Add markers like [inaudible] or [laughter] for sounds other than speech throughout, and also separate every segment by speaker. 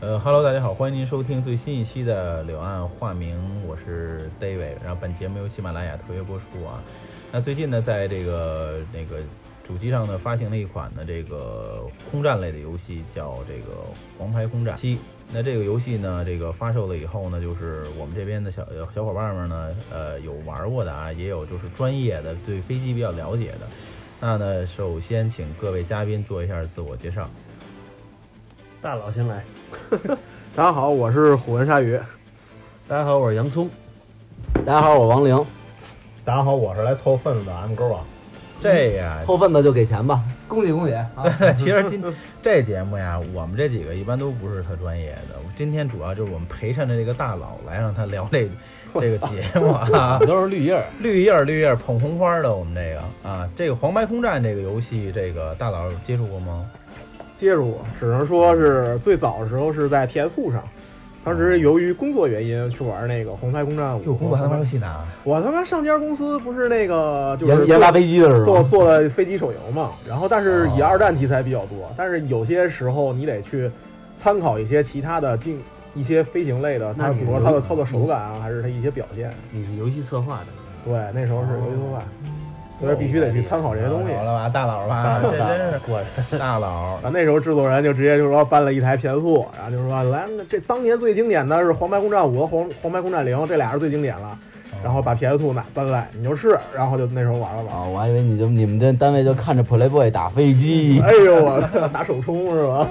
Speaker 1: 呃 Hello，大家好，欢迎您收听最新一期的《柳暗花明》，我是 David。然后本节目由喜马拉雅特约播出啊。那最近呢，在这个那个主机上呢，发行了一款呢这个空战类的游戏，叫这个《王牌空战七》。那这个游戏呢，这个发售了以后呢，就是我们这边的小小伙伴们呢，呃，有玩过的啊，也有就是专业的对飞机比较了解的。那呢，首先请各位嘉宾做一下自我介绍。
Speaker 2: 大佬先来。
Speaker 3: [laughs] 大家好，我是虎纹鲨鱼。
Speaker 2: 大家好，我是洋葱。
Speaker 4: 大家好，我王玲。
Speaker 5: 大家好，我是来凑份子的 M 勾啊。
Speaker 1: 这呀，
Speaker 4: 凑份子就给钱吧，恭喜恭喜啊！
Speaker 1: [laughs] 其实今这节目呀，我们这几个一般都不是特专业的。今天主要就是我们陪衬着这个大佬来让他聊
Speaker 3: [laughs]
Speaker 1: 这这个节目啊，
Speaker 2: 都是绿叶儿，
Speaker 1: 绿叶儿绿叶儿捧红花儿的我们这个啊，这个黄白空战这个游戏，这个大佬接触过吗？
Speaker 3: 接触我，只能说是最早的时候是在 PS 上，当时由于工作原因去玩那个《红牌空战五》。
Speaker 1: 有空还能玩游戏呢？
Speaker 3: 我他妈上家公司不是那个就
Speaker 4: 研
Speaker 3: 是
Speaker 4: 研发飞机的是
Speaker 3: 做
Speaker 4: 吧？
Speaker 3: 做的飞机手游嘛，然后但是以
Speaker 1: 哦
Speaker 3: 二战题材比较多，但是有些时候你得去参考一些其他的竞一些飞行类的，它
Speaker 2: 那
Speaker 3: 比
Speaker 2: 你
Speaker 3: 如说它的操作手感啊，还是它一些表现。
Speaker 2: 你是游戏策划的，
Speaker 3: 对，那时候是游戏动画，所以必须得去参考这些东西。
Speaker 1: 哦好了吧，大佬吧，这真是
Speaker 2: 我
Speaker 1: 大佬。
Speaker 3: 啊，那时候制作人就直接就说搬了一台 PS 五，然后就说来，那这当年最经典的是《黄白空战五》和《黄黄白空战零》，这俩是最经典了。
Speaker 1: 哦
Speaker 3: 然后把 PS 五拿搬来，你就试，然后就那时候玩了
Speaker 1: 哦
Speaker 3: 玩。
Speaker 4: 啊，我还以为你就你们这单位就看着 Playboy 打飞机，
Speaker 3: 哎呦我 [laughs] 打手冲是吧？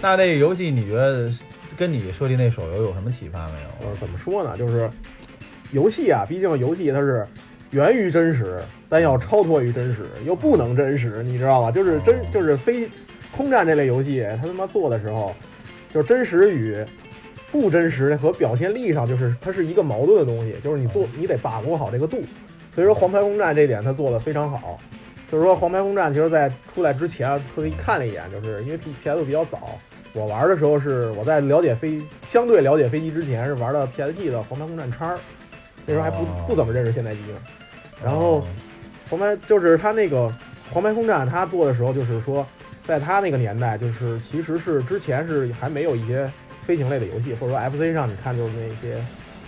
Speaker 1: 那这个游戏你觉得跟你设计那手游有什么启发没有？
Speaker 3: 呃，怎么说呢？就是游戏啊，毕竟游戏它是源于真实，但要超脱于真实，又不能真实，你知道吧？就是真
Speaker 1: 哦
Speaker 3: 就是非空战这类游戏，它他妈做的时候，就是真实与不真实和表现力上，就是它是一个矛盾的东西，就是你做你得把握好这个度。所以说，黄牌空战这点它做的非常好。就是说，黄牌空战其实在出来之前特意看了一眼，就是因为 P P S 比较早，我玩的时候是我在了解飞相对了解飞机之前是玩的 P S P 的黄牌空战叉，那时候还不
Speaker 1: 哦
Speaker 3: 不怎么认识现代机呢。
Speaker 1: 嗯
Speaker 3: 然后黄牌就是他那个黄牌空战，他做的时候就是说，在他那个年代，就是其实是之前是还没有一些飞行类的游戏，或者说 F C 上你看就是那些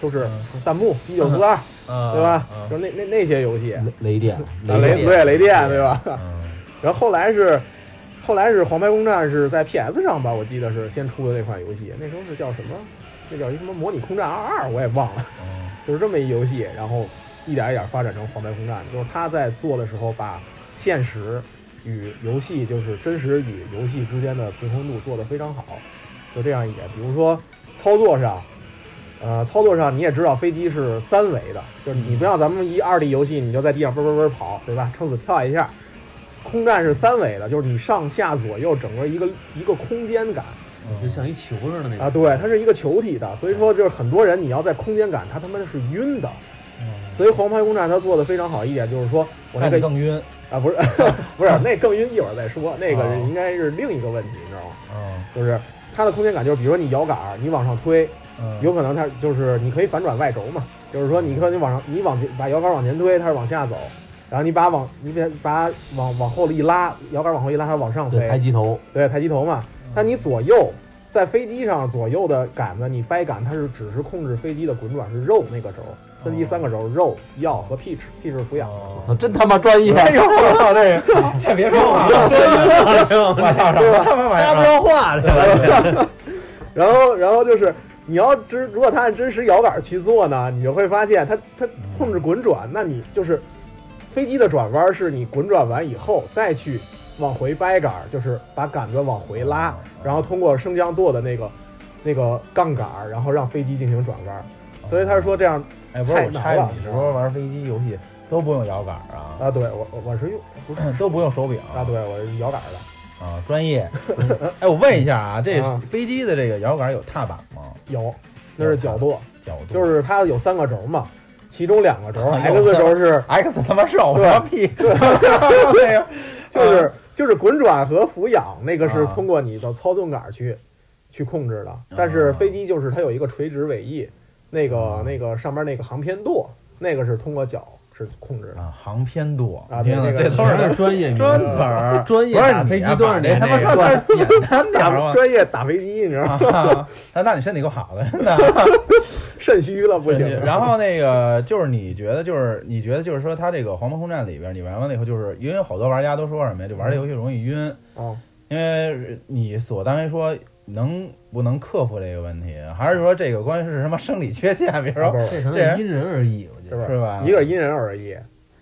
Speaker 3: 都是
Speaker 1: 嗯
Speaker 3: 弹幕一九四二，
Speaker 1: 啊，
Speaker 3: 对吧？
Speaker 1: 嗯
Speaker 3: 就是那那那些游戏，啊
Speaker 4: 雷雷电，
Speaker 3: 雷
Speaker 4: 电，
Speaker 3: 对雷电对吧？
Speaker 1: 嗯
Speaker 3: 然后后来是，后来是《黄牌空战》是在 PS 上吧，我记得是先出的那款游戏，那时候是叫什么？那叫一什么《模拟空战二二》，我也忘了，
Speaker 1: 嗯
Speaker 3: 就是这么一游戏，然后一点一点发展成《黄牌空战》，就是他在做的时候把现实与游戏，就是真实与游戏之间的平衡度做得非常好，就这样一点。比如说操作上。呃，操作上你也知道，飞机是三维的，就是你不像咱们一二 D 游戏，你就在地上嗡嗡嗡跑，对吧？撑死跳一下，空战是三维的，就是你上下左右整个一个一个空间感
Speaker 2: 就像一球似的那种
Speaker 3: 啊，对，它是一个球体的，所以说就是很多人你要在空间感，他他妈的是晕的。
Speaker 1: 嗯
Speaker 3: 所以黄牌空战它做的非常好一点，就是说我那
Speaker 1: 看着
Speaker 3: 个
Speaker 1: 更晕。[laughs]
Speaker 3: 啊不是不是那更晕一会儿再说，那个
Speaker 1: 哦
Speaker 3: 应该是另一个问题，你知道吗？
Speaker 1: 嗯
Speaker 3: 就是它的空间感就是比如说你摇杆儿你往上推，
Speaker 1: 嗯，
Speaker 3: 有可能它就是你可以反转外轴嘛，就是说你可以往上，你往前把摇杆往前推，它是往下走，然后你把往你把把往往后一拉，摇杆往后一拉，它是往上
Speaker 4: 对，抬
Speaker 3: 飞，
Speaker 4: 鸡头，
Speaker 3: 对，抬机头嘛。
Speaker 1: 嗯
Speaker 3: 但你左右在飞机上左右的杆子，你掰杆它是只是控制飞机的滚转，是肉那个轴，分机三
Speaker 1: 哦
Speaker 3: 个轴，肉、药和 peach，peach 是俯仰。 [laughs]
Speaker 4: 啊真他妈专业，
Speaker 3: 哎呦，我操这个！
Speaker 1: 这别说话
Speaker 3: [laughs]
Speaker 1: 了，我操，什么他妈玩意
Speaker 2: 搭
Speaker 1: 儿
Speaker 2: 不？上话了，
Speaker 3: 然后，然后就是你要真如果他按真实摇杆去做呢，你就会发现它它控制滚转，那你就是飞机的转弯是你滚转完以后再去往回掰杆，就是把杆子往回拉，然后通过升降舵的那个那个杠杆，然后让飞机进行转弯。所以他是说这样
Speaker 1: [laughs] 哎，不是我
Speaker 3: 太难
Speaker 1: 插
Speaker 3: 了
Speaker 1: 你，你说玩飞机游戏都不用摇杆儿啊，
Speaker 3: 啊，对我我我是用不是
Speaker 1: 都不用手柄
Speaker 3: 啊，对我是摇杆的，
Speaker 1: 啊，专业。 [laughs] 哎，我问一下啊，这
Speaker 3: 啊
Speaker 1: 飞机的这个摇杆有踏板吗？
Speaker 3: 有那是角度，
Speaker 1: 角度
Speaker 3: 就是它有三个轴嘛，其中两个轴
Speaker 1: 有
Speaker 3: X 轴是
Speaker 1: X 他妈手
Speaker 3: 对
Speaker 1: 什么屁？
Speaker 3: [laughs]
Speaker 1: 对呀，
Speaker 3: 就是就是滚转和俯仰那个是
Speaker 1: 啊
Speaker 3: 通过你的操纵杆去去控制的，但是飞机
Speaker 1: 啊
Speaker 3: 就是它有一个垂直尾翼，那个那个上面那个航偏舵那个是通过脚是控制的。
Speaker 1: 啊，航片多，
Speaker 3: 啊
Speaker 1: 听了
Speaker 3: 对
Speaker 1: 这
Speaker 3: 这个
Speaker 1: 都是
Speaker 2: 全是专业名
Speaker 1: 专
Speaker 2: 词
Speaker 1: 词儿，
Speaker 2: 专业
Speaker 1: 不是
Speaker 2: 打
Speaker 1: 你
Speaker 2: 飞机
Speaker 1: 啊
Speaker 2: 多
Speaker 1: 把
Speaker 2: 少
Speaker 1: 这
Speaker 2: 年
Speaker 1: 他妈
Speaker 2: 那
Speaker 1: 说
Speaker 2: 个
Speaker 1: 点简单点儿
Speaker 3: 打
Speaker 1: 吧。
Speaker 3: [laughs] 专业打飞机，你知道吗？
Speaker 1: 啊，那那你身体够好的，真的。
Speaker 3: 肾虚了不行。
Speaker 1: [laughs] 然后那个就是你觉得就是你觉得就是说它这个黄蜂空战里边，你玩完了以后就是因为好多玩家都说什么呀，就玩这游戏容易晕，
Speaker 3: 哦，
Speaker 1: 因为你所单位说能不能克服这个问题，还是说这个关于是什么生理缺陷，比如
Speaker 3: 然后
Speaker 1: 说
Speaker 2: 这可能因人而异，我觉
Speaker 3: 是
Speaker 2: 得。
Speaker 1: 是
Speaker 3: 吧？
Speaker 1: 吧
Speaker 3: 一个是因人而异，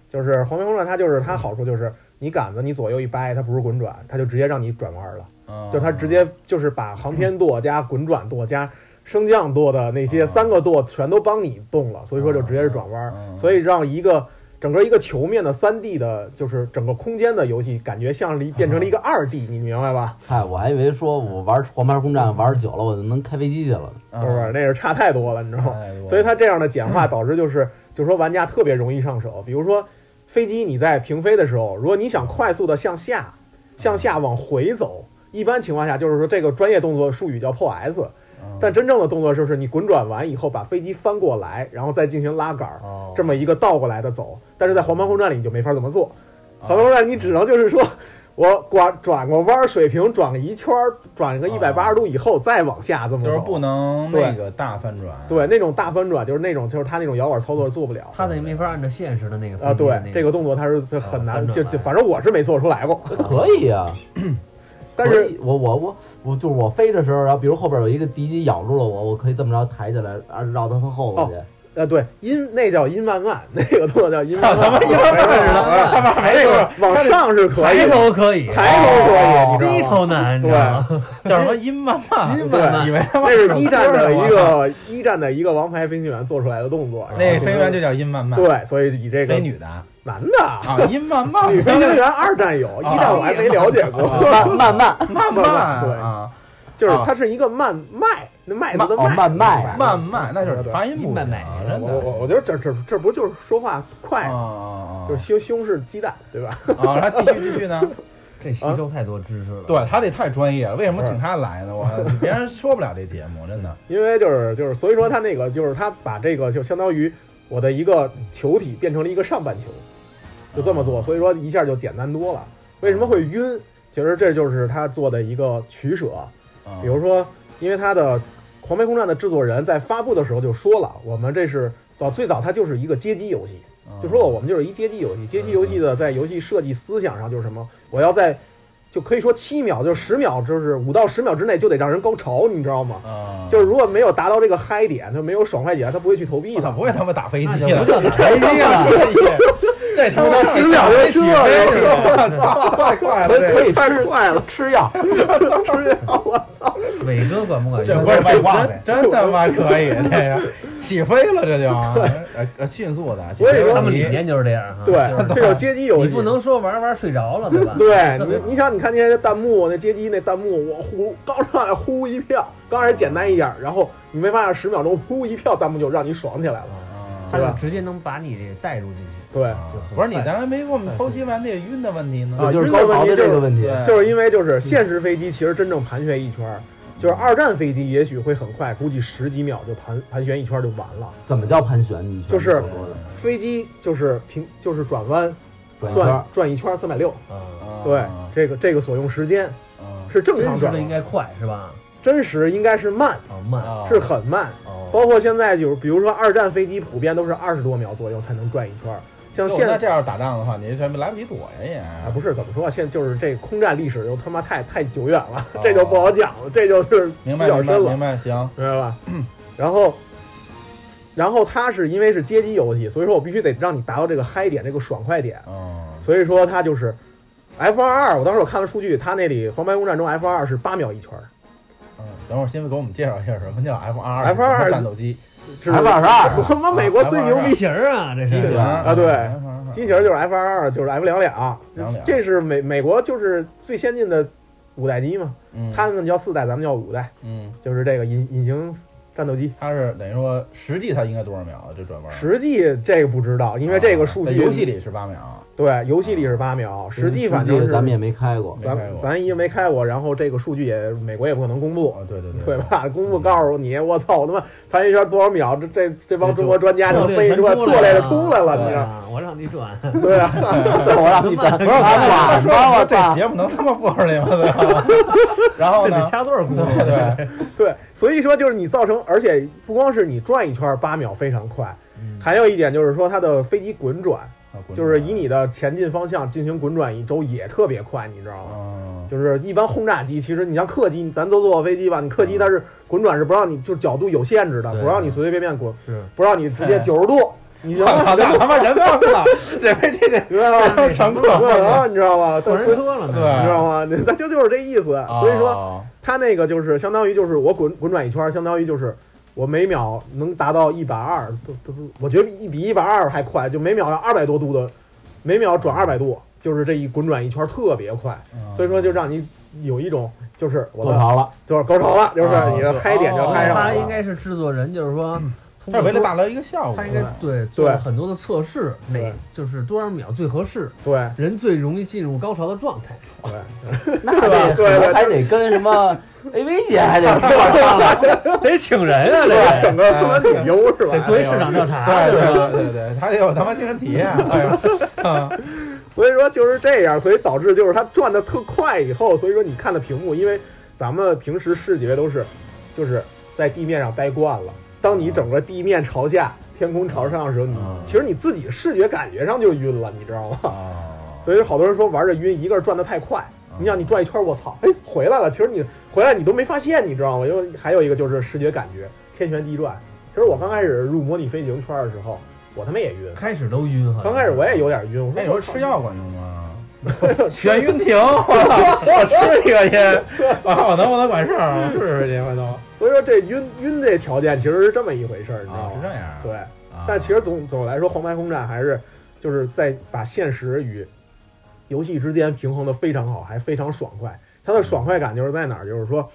Speaker 3: 就是黄飞鸿呢，它就是它好处就是你杆子你左右一掰，它不是滚转，它就直接让你转弯了，
Speaker 1: 嗯
Speaker 3: 就它直接就是把航天舵加滚转舵加升降舵的那些
Speaker 1: 嗯
Speaker 3: 三个舵全都帮你动了，所以说就直接是转弯，
Speaker 1: 嗯嗯
Speaker 3: 所以让一个。整个一个球面的三 D 的，就是整个空间的游戏，感觉像是一变成了一个二 D，你明白吧？
Speaker 4: 嗨，我还以为说我玩黄牌空战玩久了，我就能开飞机去了
Speaker 1: 是
Speaker 4: 呢。
Speaker 3: 是不是？？那是差啊太多了，你知道吗？所以它这样的简化导致就是，就是说玩家特别容易上手。比如说飞机你在平飞的时候，如果你想快速的向下，向下往回走，一般情况下就是说这个专业动作术语叫 pose，但
Speaker 1: 嗯
Speaker 3: 真正的动作就是你滚转完以后把飞机翻过来，然后再进行拉杆儿，
Speaker 5: 哦
Speaker 3: 这么一个倒过来的走。但是在黄盘空战里你就没法这么做，
Speaker 1: 啊
Speaker 2: 哦
Speaker 3: 黄盘空战你只能就是说。我转转个弯儿，水平转个一圈儿，转
Speaker 2: 哦
Speaker 3: 个一百八十度以后再往下这么走，
Speaker 1: 就是不能
Speaker 3: 对
Speaker 1: 那个大翻转，
Speaker 3: 对，那种大翻转，就是那种就是他那种摇杆操作做不了。
Speaker 2: 他等于没法按照现实的那个
Speaker 3: 啊，对，这
Speaker 2: 这
Speaker 3: 个动作他是他很
Speaker 2: 翻
Speaker 3: 难，
Speaker 2: 转
Speaker 3: 就
Speaker 2: 来
Speaker 3: 就反正我是没做出来过，
Speaker 4: 可以啊，
Speaker 3: 但
Speaker 4: 可
Speaker 3: 是
Speaker 4: 以我我我我就是我飞的时候，然后比如后边有一个敌机咬住了我，我可以这么着抬起来，啊绕到他后头去。
Speaker 2: 哦
Speaker 3: 呃，对，阴那叫阴万万，那个动作叫阴
Speaker 1: [laughs]
Speaker 3: 万万，
Speaker 1: 一会儿似的，他妈没
Speaker 3: 这
Speaker 1: 有
Speaker 3: 个往上是可以
Speaker 2: 抬
Speaker 3: 的，
Speaker 2: 头可以，
Speaker 3: 抬头可以，你
Speaker 2: 低
Speaker 3: 知道吗？
Speaker 2: 头难，你知道吗？
Speaker 1: 叫什么阴妈妈，
Speaker 2: 阴
Speaker 3: 妈妈
Speaker 1: 以为他妈
Speaker 3: 那是一战
Speaker 1: [laughs]
Speaker 3: 的一
Speaker 1: 是我操，
Speaker 3: 个啊一战的一个王牌飞行员做出来的动作，
Speaker 1: 那
Speaker 3: 然后
Speaker 1: 飞行员就叫阴妈妈，，
Speaker 3: 对，所以以这个
Speaker 1: 那女的啊，
Speaker 3: 男的啊
Speaker 1: 啊阴妈妈，
Speaker 3: 女飞行员二战有，一战我还没了解过，
Speaker 4: 慢慢慢，
Speaker 1: 慢慢
Speaker 3: [laughs] 对
Speaker 1: 啊，
Speaker 3: 就是
Speaker 1: 啊
Speaker 3: 它是一个慢麦，那麦子的
Speaker 4: 哦
Speaker 3: 麦，
Speaker 4: 慢麦
Speaker 1: 慢慢，那就是发音不
Speaker 2: 慢慢
Speaker 1: 行真
Speaker 3: 我
Speaker 1: 的，
Speaker 3: 我我觉得这这这不就是说话快吗？
Speaker 1: 啊
Speaker 3: 就是西西红柿鸡蛋，对吧？
Speaker 1: 啊，然后继续继续呢？
Speaker 2: 这吸收太多知识了。
Speaker 1: [laughs] 对他这太专业了，为什么请他来呢？我别人说不了这节目， [laughs] 真的。
Speaker 3: 因为就是就是，所以说他那个就是他把这个就相当于我的一个球体变成了一个上半球，就这么做，所以说一下就简单多了。为什么会晕？其实这就是他做的一个取舍。
Speaker 1: 啊
Speaker 3: 比如说，因为他的《狂飞空战》的制作人在发布的时候就说了，我们这是到最早它就是一个街机游戏，
Speaker 1: 嗯哦
Speaker 3: 就说了我们就是一街机游戏。街机游戏的在游戏设计思想上就是什么，我要在就可以说七秒，就十秒，就是五到十秒之内就得让人高潮，你知道吗？
Speaker 1: 啊，
Speaker 3: 就是如果没有达到这个嗨点，他没有爽快点，他不会去投币
Speaker 1: 他
Speaker 3: 的。
Speaker 1: 不会他妈打飞
Speaker 2: 那
Speaker 1: 机啊哎
Speaker 2: 就
Speaker 1: 了
Speaker 2: 不，
Speaker 1: [laughs]
Speaker 2: 叫抬机
Speaker 4: 啊
Speaker 2: 了，
Speaker 1: 这他妈
Speaker 3: 十秒就
Speaker 1: 起飞了，我操， [laughs] 太快了，
Speaker 4: 可以
Speaker 1: 这
Speaker 4: 可以
Speaker 3: 太快了， [laughs] 吃药，吃药啊！
Speaker 2: [laughs] 伟哥管不管
Speaker 1: 这
Speaker 2: 用？
Speaker 1: 不是废话呗，真他妈可以，这个起飞了，这就啊呃呃迅速的，
Speaker 3: 所
Speaker 1: 起
Speaker 3: 以说
Speaker 1: 飞了
Speaker 2: 他们理
Speaker 1: 你
Speaker 2: 念就是这样哈。
Speaker 3: 对 [laughs]
Speaker 2: 就是，
Speaker 3: 这种街机游戏
Speaker 2: 你不能说玩玩睡着了，对吧？
Speaker 3: 对你，你想，你看那些弹幕，那街机那弹幕，我呼刚上来呼一票，刚开始简单一点，然后你没发现十秒钟呼一票弹幕就让你爽起来了。
Speaker 2: 他
Speaker 1: 啊
Speaker 3: 对吧
Speaker 2: 就直接能把你这带入进去。
Speaker 3: 对，
Speaker 1: 不是你刚才没给我们剖析完那个晕的问题呢？
Speaker 3: [laughs] 啊
Speaker 4: 就是
Speaker 3: 晕
Speaker 4: 高
Speaker 3: 的问题
Speaker 4: 潮的这
Speaker 3: 就是
Speaker 4: 个问题。
Speaker 1: 对
Speaker 3: [laughs] 就是因为就是现实飞机其实真正盘旋一圈儿，就是二战飞机也许会很快，估计十几秒就盘盘旋一圈儿就完了。
Speaker 4: 怎么叫盘旋？你
Speaker 3: 就是
Speaker 4: 全说的
Speaker 3: 飞机就是平就是转弯
Speaker 4: 转一圈
Speaker 3: 转
Speaker 4: 儿，
Speaker 3: 转一圈三百六，
Speaker 2: 啊，
Speaker 1: 啊
Speaker 3: 对，这个这个所用时间
Speaker 1: 啊
Speaker 3: 是正
Speaker 2: 真
Speaker 3: 常
Speaker 2: 实
Speaker 3: 转
Speaker 2: 的应
Speaker 3: 弯，
Speaker 2: 该快是吧？
Speaker 3: 真实应该是慢，
Speaker 2: 哦，慢
Speaker 1: 啊
Speaker 3: 是很慢。
Speaker 2: 哦，
Speaker 3: 包括现在就是，比如说二战飞机普遍都是二十多秒左右才能转一圈儿，像
Speaker 1: 哟
Speaker 3: 现
Speaker 1: 那
Speaker 3: 在
Speaker 1: 这要是打仗的话，你这来不及躲呀也。
Speaker 3: 啊不是怎么说，现在就是这空战历史又他妈太太久远了，这就不好讲了，这就是比
Speaker 1: 啊明白
Speaker 3: 较
Speaker 1: 明白
Speaker 3: 深了
Speaker 1: 明，白，嗯行，
Speaker 3: 明白吧？然后，然后它是因为是街机游戏，所以说我必须得让你达到这个嗨点，这个爽快点，
Speaker 1: 嗯，
Speaker 3: 所以说它就是。F 二二，我当时我看了数据，它那里黄白空战中 F 二是八秒一圈儿，
Speaker 1: 嗯等会儿先给我们介绍一下什么叫 F 二
Speaker 3: F 二
Speaker 1: 战斗机
Speaker 3: 知道
Speaker 4: F
Speaker 3: 吗
Speaker 4: 22
Speaker 3: 他妈美国最牛逼
Speaker 2: 地形啊，这
Speaker 1: 机
Speaker 2: 是
Speaker 1: 型
Speaker 3: 啊对
Speaker 1: 嗯
Speaker 3: 机型就是是 F 二二，就是 F 两两
Speaker 1: 222，
Speaker 3: 这是美美国就是最先进的五代机嘛，他们叫四代，咱们叫五代，
Speaker 1: 嗯，
Speaker 3: 就是这个隐隐形战斗机。
Speaker 1: 它是等于说实际它应该多少秒啊这转弯？
Speaker 3: 实际这个不知啊道，因为这个数
Speaker 1: 嗯啊在
Speaker 3: 据
Speaker 1: 游戏里是八秒，
Speaker 3: 对游戏里是八秒，实际反正
Speaker 4: 嗯实
Speaker 3: 是
Speaker 4: 际咱们也没
Speaker 3: [laughs]
Speaker 4: 开过。
Speaker 1: 没开
Speaker 3: 咱
Speaker 1: 过
Speaker 3: 咱一直没开过，然后这个数据也美国也不可能公布，
Speaker 1: 哦，对对
Speaker 3: 对？吧？公布告诉你，我操，我他妈盘一圈多少秒，这这这帮
Speaker 1: 这
Speaker 3: 中国专家
Speaker 2: 就
Speaker 3: 就飞出来
Speaker 2: 错
Speaker 3: 错
Speaker 2: 来
Speaker 3: 来
Speaker 2: 了
Speaker 3: 了出来了，你知道？
Speaker 2: 啊我让你转，
Speaker 3: 对啊，
Speaker 4: 我让你转，不是
Speaker 3: [laughs]
Speaker 4: 转吧，我
Speaker 1: 这
Speaker 4: 操！
Speaker 1: 节目能他妈播出来吗？对吧
Speaker 3: [laughs]
Speaker 1: 然后
Speaker 2: 这 [laughs] 得
Speaker 1: 呢？
Speaker 2: 掐多少轱
Speaker 1: 对
Speaker 2: 辘？
Speaker 1: 对，
Speaker 3: 对，所以说就是你造成，而且不光是你转一圈八秒非常快，还有一点就是说它的飞机滚转，
Speaker 1: 啊
Speaker 3: 就是以你的前进方向进行滚转一周也特别快，你知道吗？
Speaker 1: 嗯，
Speaker 3: 就是一般轰炸机，其实你像客机，咱都坐过飞机吧，你客机它是滚转是不让你就角度有限制的，
Speaker 1: 对
Speaker 3: 不让你随随便便滚，
Speaker 2: 是
Speaker 3: 不让你直
Speaker 1: 对
Speaker 3: 接九十度，你就
Speaker 1: 我 [laughs] 操，这他妈人疯了，这这这这
Speaker 3: 明白吗？
Speaker 1: 这成客
Speaker 3: 对啊，你知道吗？但
Speaker 2: 过人
Speaker 3: 所以
Speaker 2: 车了呢。
Speaker 1: 对
Speaker 3: 你知道吗？那就就是这意思，所以说。
Speaker 1: 哦
Speaker 3: 它那个就是相当于就是我滚滚转一圈儿，相当于就是我每秒能达到一百二，都都我觉得一比一百二还快，就每秒要二百多度的，每秒转二百度，就是这一滚转一圈儿特别快，所以说就让你有一种就是我
Speaker 4: 我
Speaker 3: 的
Speaker 4: 逃了，
Speaker 3: 就是高潮了，就是
Speaker 1: 啊
Speaker 3: 你的嗨点就嗨上
Speaker 2: 他
Speaker 3: 了。
Speaker 2: 应该是制作人，就是说，通
Speaker 1: 它是为了
Speaker 2: 过
Speaker 1: 达到一个效果，
Speaker 2: 他应该
Speaker 3: 嗯
Speaker 2: 对做
Speaker 3: 对
Speaker 2: 了很多的测试，哪
Speaker 3: 对
Speaker 2: 就是多少秒最合适，
Speaker 3: 对
Speaker 2: 人最容易进入高潮的状态。
Speaker 3: 对，
Speaker 4: 那这
Speaker 3: 对对
Speaker 4: 还得跟什么 AV 姐还得
Speaker 3: [laughs]
Speaker 4: 一块儿上了，
Speaker 2: 得请人啊，得
Speaker 3: 整个他妈旅游是吧？
Speaker 2: 得做一市场调查。
Speaker 1: 对对对对，他得有他妈精神体验，哎呀，嗯
Speaker 3: 所以说就是这样，所以导致就是它转的特快以后，所以说你看的屏幕，因为咱们平时视觉都是就是在地面上待惯了，当你整个地面朝下，天空朝上的时候，你
Speaker 1: 嗯
Speaker 3: 其实你自己视觉感觉上就晕了，你知道吗？
Speaker 1: 哦
Speaker 3: 所以好多人说玩这晕，一个是转的太快，你想你转一圈，我操，哎回来了，其实你回来你都没发现，你知道吗？因为还有一个就是视觉感觉天旋地转，其实我刚开始入模拟飞行圈的时候，我他妈也晕，
Speaker 2: 开始都晕哈，
Speaker 3: 刚开始我也有点晕，我
Speaker 1: 那
Speaker 3: 说
Speaker 1: 有
Speaker 3: 我
Speaker 1: 时
Speaker 3: 操
Speaker 1: 候吃药管用吗？眩晕停，我操，我吃一个去，啊，我能不能管事儿啊？我试试去，回头
Speaker 3: 所以说这晕晕这条件其实是这么一回事儿，你知道
Speaker 1: 啊，
Speaker 3: 吗？
Speaker 1: 是这样啊，
Speaker 3: 对，
Speaker 1: 啊
Speaker 3: 但其实总总的来说，黄牌轰炸还是就是在把现实与游戏之间平衡的非常好，还非常爽快。它的爽快感就是在哪儿？就是说，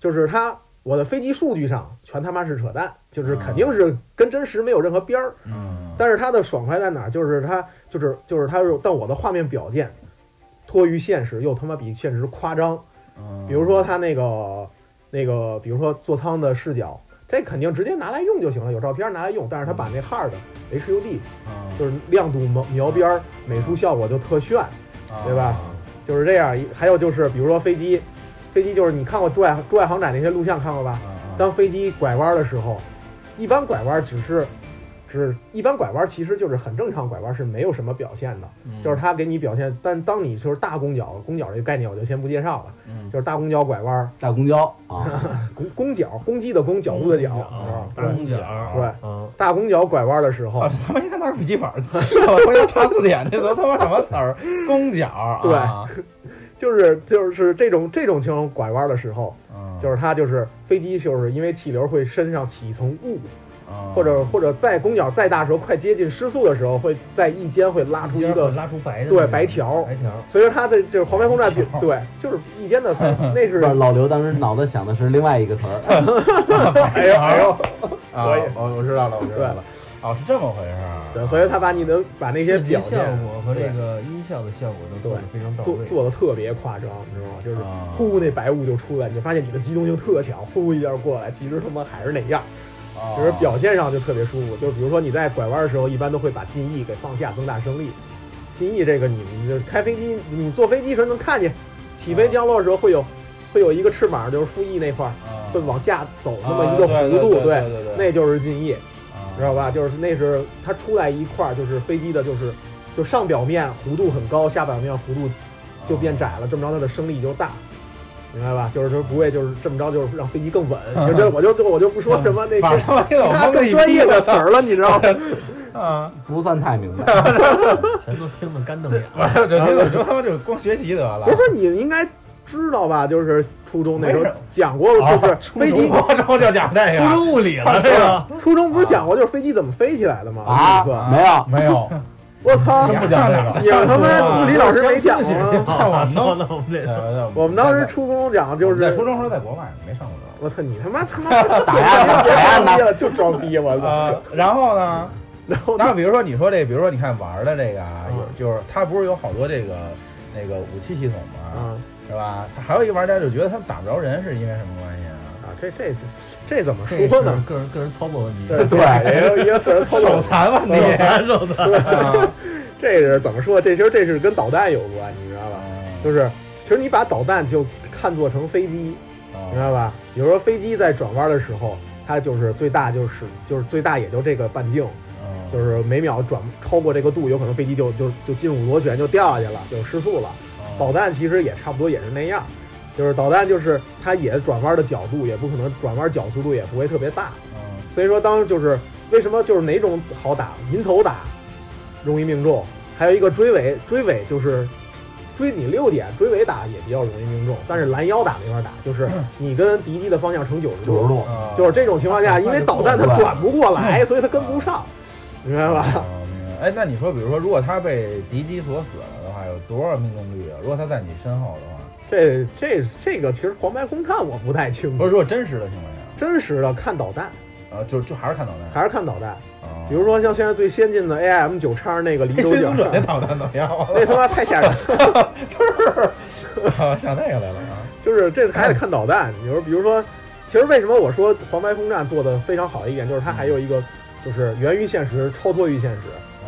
Speaker 3: 就是它我的飞机数据上全他妈是扯淡，就是肯定是跟真实没有任何边儿。
Speaker 1: 嗯，
Speaker 3: 但是它的爽快在哪儿？就是它就是就是它，但我的画面表现脱于现实，又他妈比现实夸张。
Speaker 1: 嗯
Speaker 3: 比如说它那个那个，比如说座舱的视角，这肯定直接拿来用就行了，有照片拿来用。但是它把那 hard HUD
Speaker 1: 嗯
Speaker 3: 就是亮度描描边儿美术效果就特炫，对吧
Speaker 1: 啊
Speaker 3: 就是这样。还有就是比如说飞机，飞机就是你看过《坠海坠海航展》那些录像看过吧？
Speaker 1: 啊
Speaker 3: 当飞机拐弯的时候，一般拐弯只是。只一般拐弯其实就是很正常，拐弯是没有什么表现
Speaker 1: 嗯
Speaker 3: 的，就是它给你表现。但当你就是大公角，公角这个概念我就先不介绍了，
Speaker 1: 嗯
Speaker 3: 就是大公角拐弯，
Speaker 4: 大公交
Speaker 3: [laughs]
Speaker 4: 啊，
Speaker 3: 攻攻角，攻击的攻，角度的角，
Speaker 2: 啊，
Speaker 3: 是
Speaker 2: 大
Speaker 3: 吧
Speaker 2: 公角，
Speaker 3: 对
Speaker 2: 啊，
Speaker 3: 大公角拐弯的时候
Speaker 1: 啊，，他妈一看那是笔记本儿，气得我回头查字典，这都他妈什么词儿？弓角儿，啊，
Speaker 3: 就是就是这种这种情况拐弯的时候，
Speaker 2: 啊
Speaker 1: 嗯
Speaker 3: 就是它就是飞机就是因为气流会身上起一层雾，
Speaker 1: 啊
Speaker 3: 或者或者在公角再大时候快接近失速的时候，会在翼尖会拉出一个，
Speaker 2: 拉出白的，
Speaker 3: 对白条
Speaker 2: 白条，
Speaker 3: 所以说它的就是黄牌轰炸
Speaker 1: 白条
Speaker 3: 对，就是翼
Speaker 2: [laughs]
Speaker 3: 尖的那
Speaker 4: 不
Speaker 3: 是
Speaker 4: 是老刘当时脑子想的是另外一个词
Speaker 3: [laughs]
Speaker 4: 儿，
Speaker 3: 哎呦哎呦，
Speaker 1: 啊，
Speaker 3: 所以
Speaker 1: 我我知道了，我知道了，哦，是这么回事儿，
Speaker 3: 对，所以它把你的把那些
Speaker 2: 视觉
Speaker 3: 表
Speaker 2: 效
Speaker 3: 现
Speaker 2: 果和这个音效的效果都做得非常到
Speaker 3: 做
Speaker 2: 位。
Speaker 3: 做的特别夸张，你知道吗？就是
Speaker 1: 啊
Speaker 3: 呼那白雾就出来，你就发现你的机动性特强，呼一下过来，其实他妈还是那样。
Speaker 1: 啊
Speaker 3: 就是表现上就特别舒服。就比如说你在拐弯的时候，一般都会把襟翼给放下，增大升力。襟翼这个你你就开飞机，你坐飞机时候能看见，起飞降落的时候会有会有一个翅膀，就是副翼那块儿
Speaker 1: 啊
Speaker 3: 会往下走那么一个弧度，
Speaker 1: 啊对对对对对
Speaker 3: 那就是襟翼，知道
Speaker 1: 吧？
Speaker 3: 吧？就是那是它出来一块儿，就是飞机的就是就上表面弧度很高，下表面弧度就变窄了，这么着它的升力就大。明白吧？就是说不会，就是这么着，就是让飞机 [laughs] 更稳。就这，我就就我就不说什么 [laughs] 那
Speaker 1: 反
Speaker 3: 个
Speaker 1: 正我听
Speaker 3: 他更专业的词儿了，你知道吗？
Speaker 1: 啊，
Speaker 4: 不算太明白。
Speaker 2: 全都听得干瞪眼
Speaker 1: 完
Speaker 2: 了。
Speaker 1: 了，这这这他妈这光学习得了。
Speaker 3: [laughs] 不是，你应该知道吧？就是初中那时候
Speaker 1: 没事
Speaker 3: 讲过， [laughs] 就是飞机，
Speaker 1: 我这就讲这
Speaker 3: 哎
Speaker 2: 初
Speaker 1: 个
Speaker 2: 中物理了，这个
Speaker 3: 啊初中不是讲过就是飞机怎么飞起来的吗？那一
Speaker 4: 啊
Speaker 3: 课，
Speaker 4: 没有，
Speaker 5: 没有，
Speaker 3: 我操！
Speaker 5: 真不讲这个。
Speaker 3: 你们他妈物理老师没讲啊吗？
Speaker 1: 看
Speaker 2: [laughs]
Speaker 1: 我们
Speaker 2: 那
Speaker 1: 弄，
Speaker 2: 那我们
Speaker 1: 啊对
Speaker 2: 这
Speaker 1: 对
Speaker 3: 我们当时初中讲就
Speaker 1: 在
Speaker 3: 是
Speaker 1: 初，中时候在国外没上过这
Speaker 3: 我操你他妈他妈
Speaker 4: 打呀
Speaker 3: [laughs] 装
Speaker 4: 打呀
Speaker 3: 逼
Speaker 4: 打！
Speaker 3: 了就装逼，我
Speaker 1: 个。
Speaker 3: 操！
Speaker 1: 啊，然后呢？
Speaker 3: 然后
Speaker 1: 那比如说你说这，比如说你看玩儿的这个啊，
Speaker 3: 嗯
Speaker 1: 有就是它不是有好多这个那个武器系统吗？
Speaker 3: 啊
Speaker 1: 是吧？还有一玩家就觉得他打不着人，是因为什么关系啊？
Speaker 3: 啊，这这这这怎么
Speaker 2: 这
Speaker 3: 哎说
Speaker 2: 是
Speaker 3: 呢？
Speaker 2: 个人个人操作问 [laughs] 题，
Speaker 3: 对对，也有也有个人操作
Speaker 5: 手残吧你，
Speaker 2: 手残手残，
Speaker 3: 啊，这是怎么说？这其实这是跟导弹有关，你知道吧？
Speaker 1: 哦
Speaker 3: 就是其实你把导弹就看作成飞机，你知道吧？有时候飞机在转弯的时候，它就是最大就是就是最大也就这个半径，
Speaker 1: 哦
Speaker 3: 就是是每秒转超过这个度，有可能飞机就就就进入螺旋就掉下去了，就失速了。
Speaker 1: 哦
Speaker 3: 导弹其实也差不多也是那样，就是导弹就是它也转弯的角度也不可能转弯角速度也不会特别大，
Speaker 1: 哦
Speaker 3: 所以说当就是为什么就是哪种好打，迎头打容易命中，还有一个追尾，追尾就是追你六点，追尾打也比较容易命中，但是拦腰打没法打，就是你跟敌机的方向成九十
Speaker 4: [laughs] 九十
Speaker 3: 度，啊
Speaker 4: 度，
Speaker 1: 哦
Speaker 3: 就是这种情况下，因为导弹它转啊不过来，所以它跟不上，明白吧？
Speaker 1: 哦明白哎，那你说，比如说，如果他被敌机所死了的话，有多少命中率啊？如果他在你身后的话，
Speaker 3: 这这这个其实黄白空战我不太清
Speaker 1: 不是
Speaker 3: 楚，
Speaker 1: 说真实的情况下，
Speaker 3: 真实的看导弹
Speaker 1: 啊，就就还是看导弹，
Speaker 3: 还是看导弹，
Speaker 1: 哦
Speaker 3: 比如说像现在最先进的 AIM 九叉那个离
Speaker 1: 哎
Speaker 3: 轴
Speaker 1: 追
Speaker 3: 镜
Speaker 1: 踪，者那导弹怎么样啊？
Speaker 3: [laughs] 那他妈太吓人了。
Speaker 1: [laughs] 啊想那个来了啊！
Speaker 3: 就是这还得看导弹。你说，比如说，其实为什么我说黄白空战做的非常好的一点，就是它还有一个就是源于现实，超脱于现实。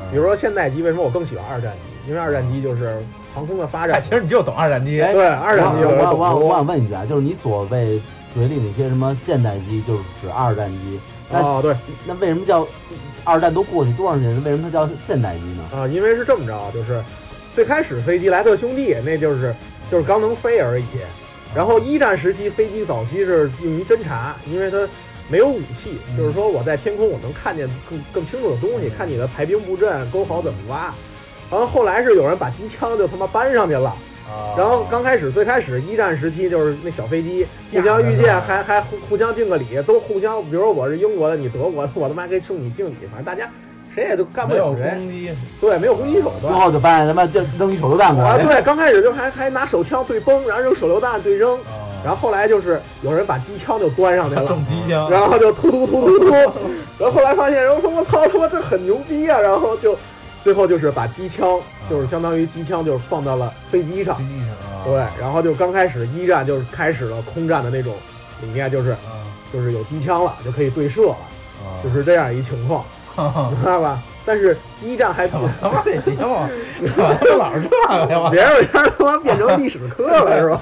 Speaker 1: 嗯
Speaker 3: 比如说现代机，为什么我更喜欢二战机？因为二战机就是航空的发
Speaker 1: 哎，
Speaker 3: 展。
Speaker 1: 其实你就懂二战机，
Speaker 4: 哎
Speaker 3: 对二战机有人
Speaker 4: 我我我我
Speaker 3: 懂
Speaker 4: 想问一句啊，就是你所谓嘴里那些什么现代机，就是指二战机，那、
Speaker 3: 哦，对
Speaker 4: 那为什么叫二战都过去多长时间了？为什么它叫现代机呢？
Speaker 3: 啊，因为是这么着，就是最开始飞机莱特兄弟那就是就是刚能飞而已。然后一战时期飞机早期是用于侦察，因为它没有武器，就是说我在天空我能看见更更清楚的东西，看你的排兵布阵、沟壕怎么挖。然后后来是有人把机枪就他妈搬上去了，
Speaker 1: 啊
Speaker 3: 然后刚开始最开始一战时期就是那小飞机互
Speaker 1: 架
Speaker 3: 相遇
Speaker 1: 着
Speaker 3: 见
Speaker 1: 呢
Speaker 3: 还还互互相敬个礼，都互相，比如说我是英国的，你德国的，我他妈给送你敬礼，反正大家谁也都干不
Speaker 1: 没有
Speaker 3: 了谁，
Speaker 1: 攻击，
Speaker 3: 对，没有攻击手
Speaker 1: 哦
Speaker 4: 最
Speaker 3: 段。
Speaker 4: 后就发现他妈就扔一手榴弹过
Speaker 3: 啊，
Speaker 4: 来，
Speaker 1: 哎
Speaker 3: 对，刚开始就还还拿手枪对崩，然后用手榴弹对扔，然后后来就是有人把机枪就端上去了
Speaker 1: 中。哦机枪，
Speaker 3: 然后就突突突突突，然后后来发现，然后说我操他妈这很牛逼啊！然后就最后就是把机枪，就是相当于机枪，就是放到了飞机上。
Speaker 1: 机枪啊，
Speaker 3: 对，然后就刚开始一战就是开始了空战的那种理念，就是就是有机枪了就可以对射了，
Speaker 1: 啊
Speaker 3: 就是这样一情况，明白吧？但是一战还
Speaker 1: 怎么他妈这节目怎么老是这个呀？我
Speaker 3: 别人他他妈变成历史课了是
Speaker 1: [laughs]
Speaker 3: 吧？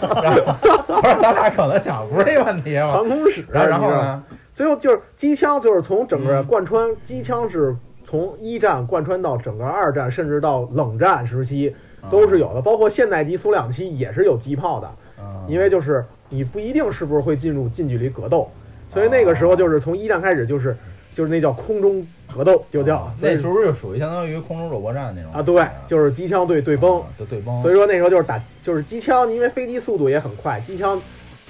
Speaker 3: [laughs]
Speaker 1: 不是，咱俩可能想不是这问题嘛。
Speaker 3: 航空史，
Speaker 1: 然后然后
Speaker 3: 你知道吗？
Speaker 1: 呢？
Speaker 3: 最后就是机枪，就是从整个
Speaker 1: 嗯
Speaker 3: 贯穿，机枪是从一战贯穿到整个二战，甚至到冷战时期
Speaker 1: 啊
Speaker 3: 都是有的，包括现代机苏两栖也是有机炮的，
Speaker 1: 嗯，
Speaker 3: 因为就是你不一定是不是会进入近距离格斗，所以那个时
Speaker 1: 啊
Speaker 3: 候就是从一战开始就是就是那叫空中格斗，就叫所以
Speaker 1: 啊那时候就属于相当于空中肉搏战那种
Speaker 3: 啊对，就是机枪对对崩，，
Speaker 1: 就对崩，
Speaker 3: 所以说那时候就是打就是机枪，因为飞机速度也很快，机枪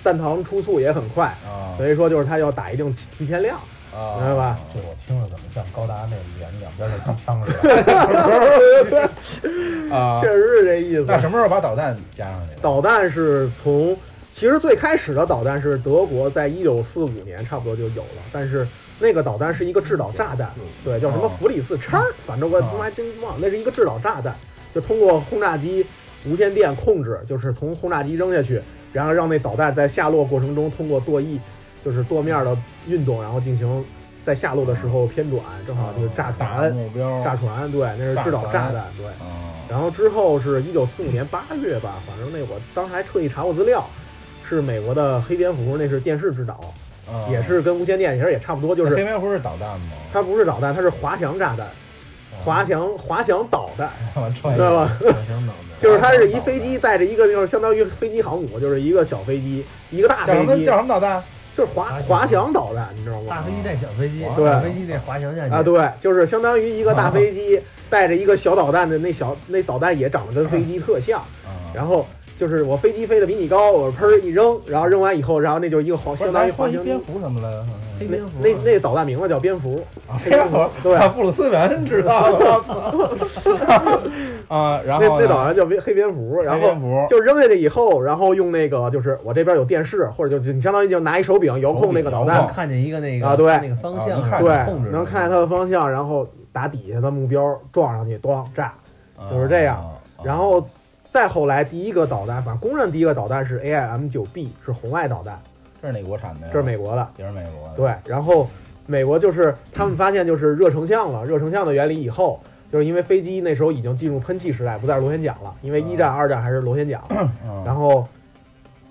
Speaker 3: 弹膛出速也很快，
Speaker 1: 啊
Speaker 3: 所以说就是它要打一定提提前量。
Speaker 1: 啊，
Speaker 3: 明白吧
Speaker 5: 这我听着怎么像高达那脸两边的机枪
Speaker 3: [laughs]
Speaker 5: 似的？
Speaker 1: 啊
Speaker 3: 确，实是这意
Speaker 1: 那
Speaker 3: 思。
Speaker 1: 什么时候把导弹加上去的？
Speaker 3: 导弹是从，其实最开始的导弹是德国在一九四五年差不多就有了，但是那个导弹是一个制导炸弹，对，叫什么
Speaker 1: 哦
Speaker 3: 弗里斯叉，反正我他妈还真忘了，那是一个制导炸弹，就通过轰炸机无线电控制，就是从轰炸机扔下去，然后让那导弹在下落过程中通过舵翼，就是舵面的运动，然后进行在下落的时候偏转，正好啊就炸
Speaker 1: 打
Speaker 3: 船，
Speaker 1: 目标，
Speaker 3: 炸船，对，那是制导炸弹，对。
Speaker 1: 啊，
Speaker 3: 然后之后是一九四五年八月吧，反正那我当时还特意查过资料，是美国的黑蝙蝠，那是电视制导，
Speaker 1: 啊
Speaker 3: 也是跟无线电其实也差不多，就
Speaker 1: 黑
Speaker 3: 是
Speaker 1: 蝙蝠哦是导弹吗？啊
Speaker 3: 它不是导弹，它是滑翔炸弹，滑翔滑翔导弹，
Speaker 1: 我
Speaker 3: 你
Speaker 1: 穿
Speaker 3: 知道吧？ [laughs] 就是它是一飞机带着一个就是相当于飞机航母，就是一个小飞机，一个大
Speaker 1: 叫什
Speaker 3: 飞
Speaker 1: 么
Speaker 3: 机
Speaker 1: 叫，什么导弹？
Speaker 3: 就是滑滑翔导弹，你知道
Speaker 2: 大
Speaker 3: 吗？
Speaker 2: 飞机带小飞机，
Speaker 3: 对
Speaker 2: 小飞机那滑翔下去
Speaker 3: 啊，，对，就是相当于一个大飞机带着一个小导弹的那小那导弹也长得跟飞机特像。
Speaker 1: 啊，
Speaker 3: 然后就是我飞机飞得比你高，我喷一扔，然后扔完以后，然后那就是一个滑，相当于滑
Speaker 1: 换
Speaker 3: 行
Speaker 1: 蝙蝠什么来
Speaker 3: [laughs]
Speaker 1: 着？
Speaker 2: 黑
Speaker 3: 那
Speaker 2: 蝙蝠
Speaker 3: 那那导弹名字叫蝙蝠，
Speaker 1: 啊黑蝙 [laughs] 蝠，
Speaker 3: 对，
Speaker 1: 啊布鲁斯文知道
Speaker 3: [laughs]
Speaker 1: 了啊，然
Speaker 3: 那
Speaker 1: 后
Speaker 3: 那
Speaker 1: 呢
Speaker 3: 导弹叫蝙黑蝙蝠，然
Speaker 1: 黑
Speaker 3: 后
Speaker 1: 蝙蝠
Speaker 3: 就扔下去以后，然后用那个就是我这边有电视，或者就就你相当于就拿一手柄遥控那个导
Speaker 1: 手
Speaker 3: 弹
Speaker 1: 柄，
Speaker 2: 看见一个那个
Speaker 3: 啊对
Speaker 2: 那个方
Speaker 1: 啊
Speaker 2: 向
Speaker 1: 能看
Speaker 3: 对
Speaker 1: 见
Speaker 2: 控制，
Speaker 3: 能看见它的方向，然后打底下的目标撞上去，咣炸。
Speaker 1: 啊
Speaker 3: 就是这样
Speaker 1: 啊啊
Speaker 3: 然后再后来第一个导弹，反正公认第一个导弹是 AIM 九 B，是红外导弹。
Speaker 1: 这是哪国产的呀？
Speaker 3: 这是美国的，
Speaker 1: 也是美国的。
Speaker 3: 对，然后美国就是他们发现就是热成像了，热成像的原理以后，就是因为飞机那时候已经进入喷气时代，不再是螺旋桨了，因为一战、二战还是螺旋桨，
Speaker 1: 嗯，
Speaker 3: 然后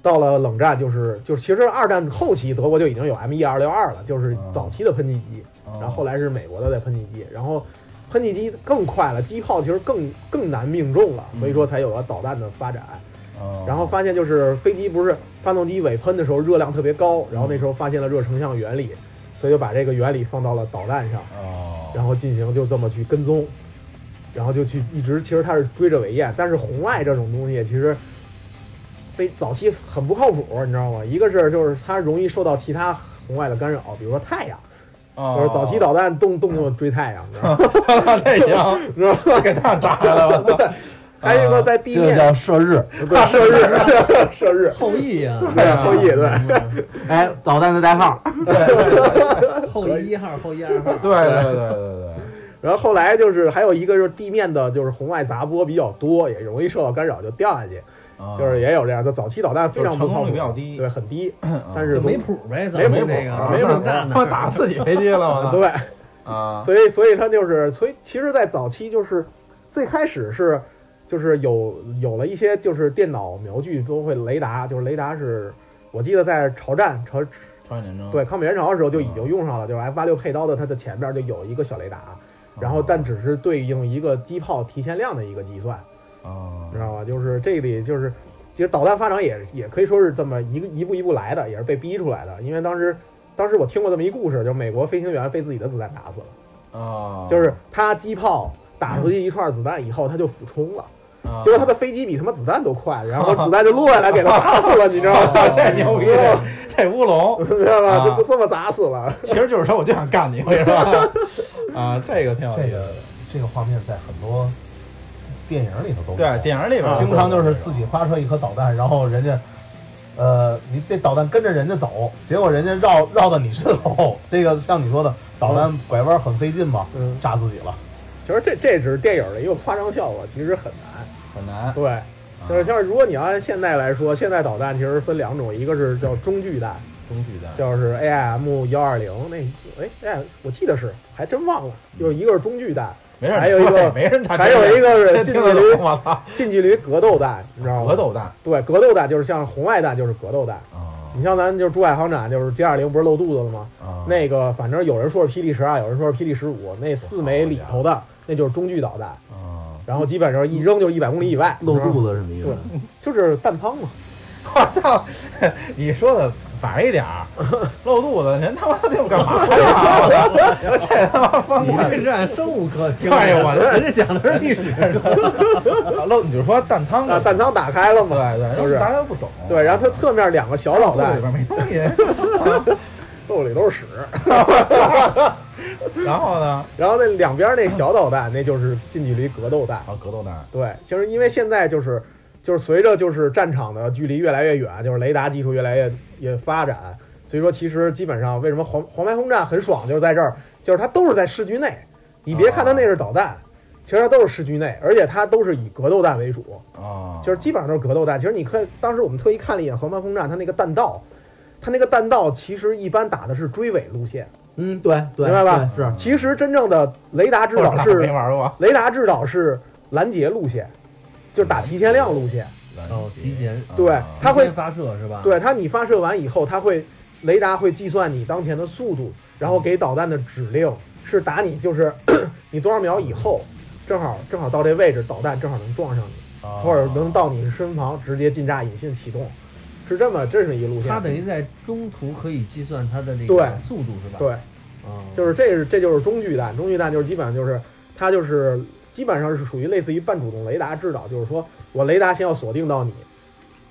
Speaker 3: 到了冷战就是就是其实二战后期德国就已经有 M 1 2 6 2了，就是早期的喷气机，
Speaker 1: 后
Speaker 3: 然后后来是美国的在喷气机，然后。喷气机更快了，机炮其实更更难命中了，所以说才有了导弹的发展。
Speaker 1: 哦
Speaker 3: 然后发现就是飞机不是发动机尾喷的时候热量特别高，然后那时候发现了热成像原理，所以就把这个原理放到了导弹上，
Speaker 1: 哦，
Speaker 3: 然后进行就这么去跟踪，然后就去一直其实它是追着尾焰，但是红外这种东西其实非早期很不靠谱，你知道吗？一个是就是它容易受到其他红外的干扰，比如说太阳，
Speaker 1: 后
Speaker 3: 就是早期
Speaker 1: [laughs]
Speaker 3: 导弹动动不动追太阳，你知道吗？ [laughs]
Speaker 1: 太阳
Speaker 3: 你知道吗？
Speaker 1: 给他炸了，
Speaker 3: [laughs]
Speaker 1: 我操！
Speaker 3: 还哎有一个在地
Speaker 4: 这
Speaker 3: 面
Speaker 4: 叫射日。
Speaker 3: 对射 [laughs] 日射日，
Speaker 2: 后啊羿呀，
Speaker 3: 对 [laughs] 后羿对。
Speaker 4: 哎，导弹的代号，
Speaker 2: 后羿一号，后羿二号，
Speaker 1: 对对对对对，
Speaker 3: 然后后来就是还有一个就是地面的，就是红外杂波比较多，也容易受到干扰，就掉下去，
Speaker 1: 啊
Speaker 3: 就是也有这样。就早期导弹非常
Speaker 1: 就是
Speaker 3: 不
Speaker 1: 成
Speaker 3: 靠
Speaker 1: 功
Speaker 3: 谱，
Speaker 1: 率比较低
Speaker 3: 对，很低。
Speaker 1: 嗯
Speaker 3: 但 [laughs] 是
Speaker 2: 就
Speaker 3: 从
Speaker 2: 没谱呗，咱
Speaker 3: 没
Speaker 2: 们
Speaker 3: 谱啊没
Speaker 2: 这个冷
Speaker 3: 谱 [laughs]
Speaker 2: 战呢
Speaker 1: 他，打自己飞机了吗？
Speaker 3: 对，
Speaker 1: 啊，
Speaker 3: 所以所以它就是，所以其实，在早期就是最开始是就是有有了一些就是电脑瞄具都会雷达，就是雷达是我记得在朝战朝
Speaker 1: 朝鲜战争
Speaker 3: 对抗美援朝的时候就已经用上了，就是 F 八六配刀的它的前边就有一个小雷达，然后但只是对应一个机炮提前量的一个计算。
Speaker 1: 啊
Speaker 3: 知道吧？就是这里就是，其实导弹发展也也可以说是这么一个一步一步来的，也是被逼出来的。因为当时，当时我听过这么一故事，就是美国飞行员被自己的子弹打死了，
Speaker 1: 啊，
Speaker 3: 就是他机炮打出去一串子弹以后，他就俯冲了，
Speaker 1: 啊
Speaker 3: 结果他的飞机比他妈子弹都快，然后子弹就落下来给他砸
Speaker 1: [laughs]
Speaker 3: 死了，你知道吗？
Speaker 1: 这牛逼，
Speaker 3: [laughs]
Speaker 1: 啊这乌龙
Speaker 3: 知道吧？
Speaker 1: 啊
Speaker 3: 就就这么砸死了。
Speaker 1: 其实就是说我就想干你，我跟你说啊，这个挺有
Speaker 5: 这
Speaker 1: 意
Speaker 5: 个
Speaker 1: 思的。
Speaker 5: 这个画面在很多电影里头都有
Speaker 1: 对，啊电影里边
Speaker 5: 经常就是自己发射一颗导弹，然后人家。呃，你这导弹跟着人家走，结果人家绕绕到你身后，这个像你说的，导弹拐弯很费劲嘛，
Speaker 3: 嗯，
Speaker 5: 炸自己了。
Speaker 3: 其实这这只是电影的一个夸张效果，其实很难。
Speaker 1: 很难，啊
Speaker 3: 对，就是像如果你要按现在来说，现在导弹其实分两种，一个是叫中距弹。
Speaker 1: 中距弹，
Speaker 3: 就是 AIM 幺二零那哎哎，我记得是，还真忘了，就是一个是中距弹，
Speaker 1: 没事，
Speaker 3: 还有一个
Speaker 1: 没人他
Speaker 3: 还有一个是
Speaker 1: 听
Speaker 3: 近
Speaker 1: 得
Speaker 3: 距
Speaker 1: 懂
Speaker 3: 离
Speaker 1: 我操，
Speaker 3: 近距离格斗弹，你知道吗？
Speaker 1: 格斗弹
Speaker 3: 对格斗弹就是像红外弹就是格斗弹，
Speaker 1: 啊
Speaker 3: 你像咱就是珠海航展就是歼二零不是露肚子了吗？
Speaker 1: 啊
Speaker 3: [laughs] 那个反正有人说是霹雳十二，有人说是霹雳十五，那四枚里头的那就是中距导弹，
Speaker 1: 啊， [laughs]
Speaker 3: 然后基本上一扔就是一百公里以外，
Speaker 4: 露
Speaker 3: 子
Speaker 4: 肚子什么意思？
Speaker 3: 就是弹
Speaker 1: [laughs]
Speaker 3: 仓嘛，
Speaker 1: 我操，你说的白一点儿，露肚子，人他妈的我干嘛呀？
Speaker 3: [laughs]
Speaker 1: 我操这他妈翻
Speaker 2: 你
Speaker 1: 过来
Speaker 2: 这是按生物课听的，
Speaker 1: 哎呦我这
Speaker 2: 人家讲的是历
Speaker 3: [laughs]
Speaker 2: 史，
Speaker 1: 露，你就说弹仓
Speaker 3: 啊，弹仓打开了嘛，
Speaker 1: 对对，
Speaker 3: 就是
Speaker 1: 大家都不懂。
Speaker 3: 对，然后它侧面两个小
Speaker 1: 脑
Speaker 3: 导
Speaker 1: 袋
Speaker 3: 弹
Speaker 1: 里，边没东西， [laughs]
Speaker 3: 兜里都是屎。
Speaker 1: 然后呢？
Speaker 3: 然后那两边那小导弹，那就是近距离格斗弹。
Speaker 1: 啊，格斗弹，
Speaker 3: 对，其实因为现在就是就是随着就是战场的距离越来越远，就是雷达技术越来越也发展，所以说其实基本上为什么黄黄牌轰炸很爽，就是在这儿，就是它都是在市区内。你别看它那是导弹，其实它都是市区内，而且它都是以格斗弹为主，
Speaker 1: 啊，
Speaker 3: 就是基本上都是格斗弹。其实你看，当时我们特意看了一眼黄牌轰炸，它那个弹道，它那个弹道其实一般打的是追尾路线。
Speaker 4: 嗯，对对，
Speaker 3: 明白吧
Speaker 4: 对是
Speaker 3: 其实真正的雷达制
Speaker 1: 不知
Speaker 3: 导
Speaker 1: 道
Speaker 3: 是
Speaker 1: 没玩过，
Speaker 3: 雷达制导是拦截路线，就是打提前量路线。
Speaker 1: 嗯
Speaker 2: 哦提前
Speaker 3: 对它会
Speaker 2: 先发射是吧？
Speaker 3: 对它，你发射完以后，它会雷达会计算你当前的速度，然后给导弹的指令是打你，就是 [coughs] 你多少秒以后，正好正好到这位置，导弹正好能撞上你，
Speaker 2: 啊
Speaker 1: 哦
Speaker 3: 或者能到你身旁直接进炸引信启动，是这么这是一路线。
Speaker 2: 它等于在中途可以计算它的那
Speaker 3: 对
Speaker 2: 个速度是吧？
Speaker 3: 对，
Speaker 2: 哦，
Speaker 3: 就是这是这就是中距弹，中距弹就是基本上就是它就是基本上是属于类似于半主动雷达制导，就是说我雷达先要锁定到你，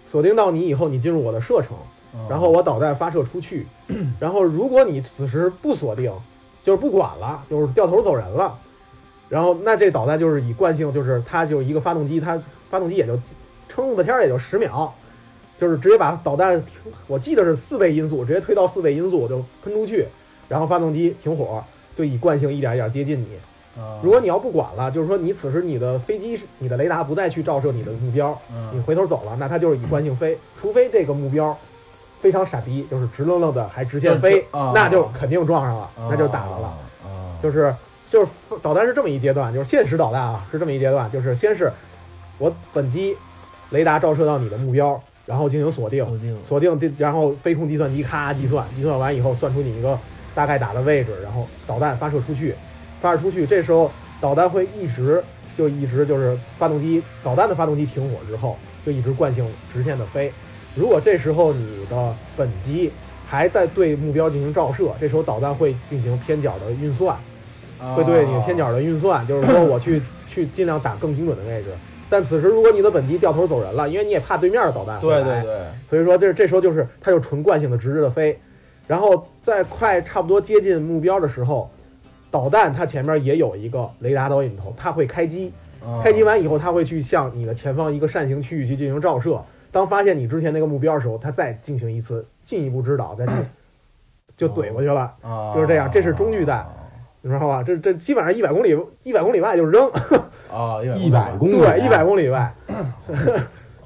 Speaker 3: 锁定到你以后你进入我的射程，
Speaker 1: 哦
Speaker 3: 然后我导弹发射出去， [clears throat] 然后如果你此时不锁定，就是不管了，就是掉头走人了，然后那这导弹就是以惯性，就是它就是一个发动机，它发动机也就撑个天儿也就十秒，就是直接把导弹，我记得是四倍音速，直接推到四倍音速就喷出去，然后发动机停火，就以惯性一点一点接近你。
Speaker 1: 哦
Speaker 3: 如果你要不管了，就是说你此时你的飞机是、你的雷达
Speaker 1: 嗯
Speaker 3: 不再去照射你的目标，你回头走了，那它就是以惯性飞，除非这个目标非常傻逼，就是直愣愣的还直线飞，
Speaker 1: 那就啊
Speaker 3: 那就肯定撞上了，
Speaker 1: 嗯
Speaker 3: 那就打着了。
Speaker 1: 啊，
Speaker 3: 就是是就是导弹是这么一阶段，就是现实导弹啊是这么一阶段，就是先是我本机雷达照射到你的目标，然后进行锁定，
Speaker 2: 锁定
Speaker 3: 锁定地，然后飞控计算机咔计算，计算完以后算出你一个大概打的位置，然后导弹发射出去，发射出去，这时候导弹会一直就一直就是发动机导弹的发动机停火之后，就一直惯性直线的飞。如果这时候你的本机还在对目标进行照射，这时候导弹会进行偏角的运算，
Speaker 1: 哦
Speaker 3: 会对你偏角的运算，就是说我去去尽量打更精准的位置。但此时如果你的本机掉头走人了，因为你也怕对面的导弹会
Speaker 1: 对对
Speaker 3: 来
Speaker 1: 对，
Speaker 3: 所以说这这时候就是它就纯惯性的直直的飞，然后在快差不多接近目标的时候，导弹它前面也有一个雷达导引头，它会开机，
Speaker 1: 啊
Speaker 3: 开机完以后它会去向你的前方一个扇形区域去进行照射，当发现你之前那个目标的时候，它再进行一次进一步指导，再
Speaker 4: 哦
Speaker 3: 进就怼过去了，
Speaker 1: 啊
Speaker 3: 就是这样这是中距弹你知道吧？这这基本上一百公里一百公里外就扔，
Speaker 1: 啊，
Speaker 4: 一百公里，
Speaker 3: 对，一百公里外， [coughs]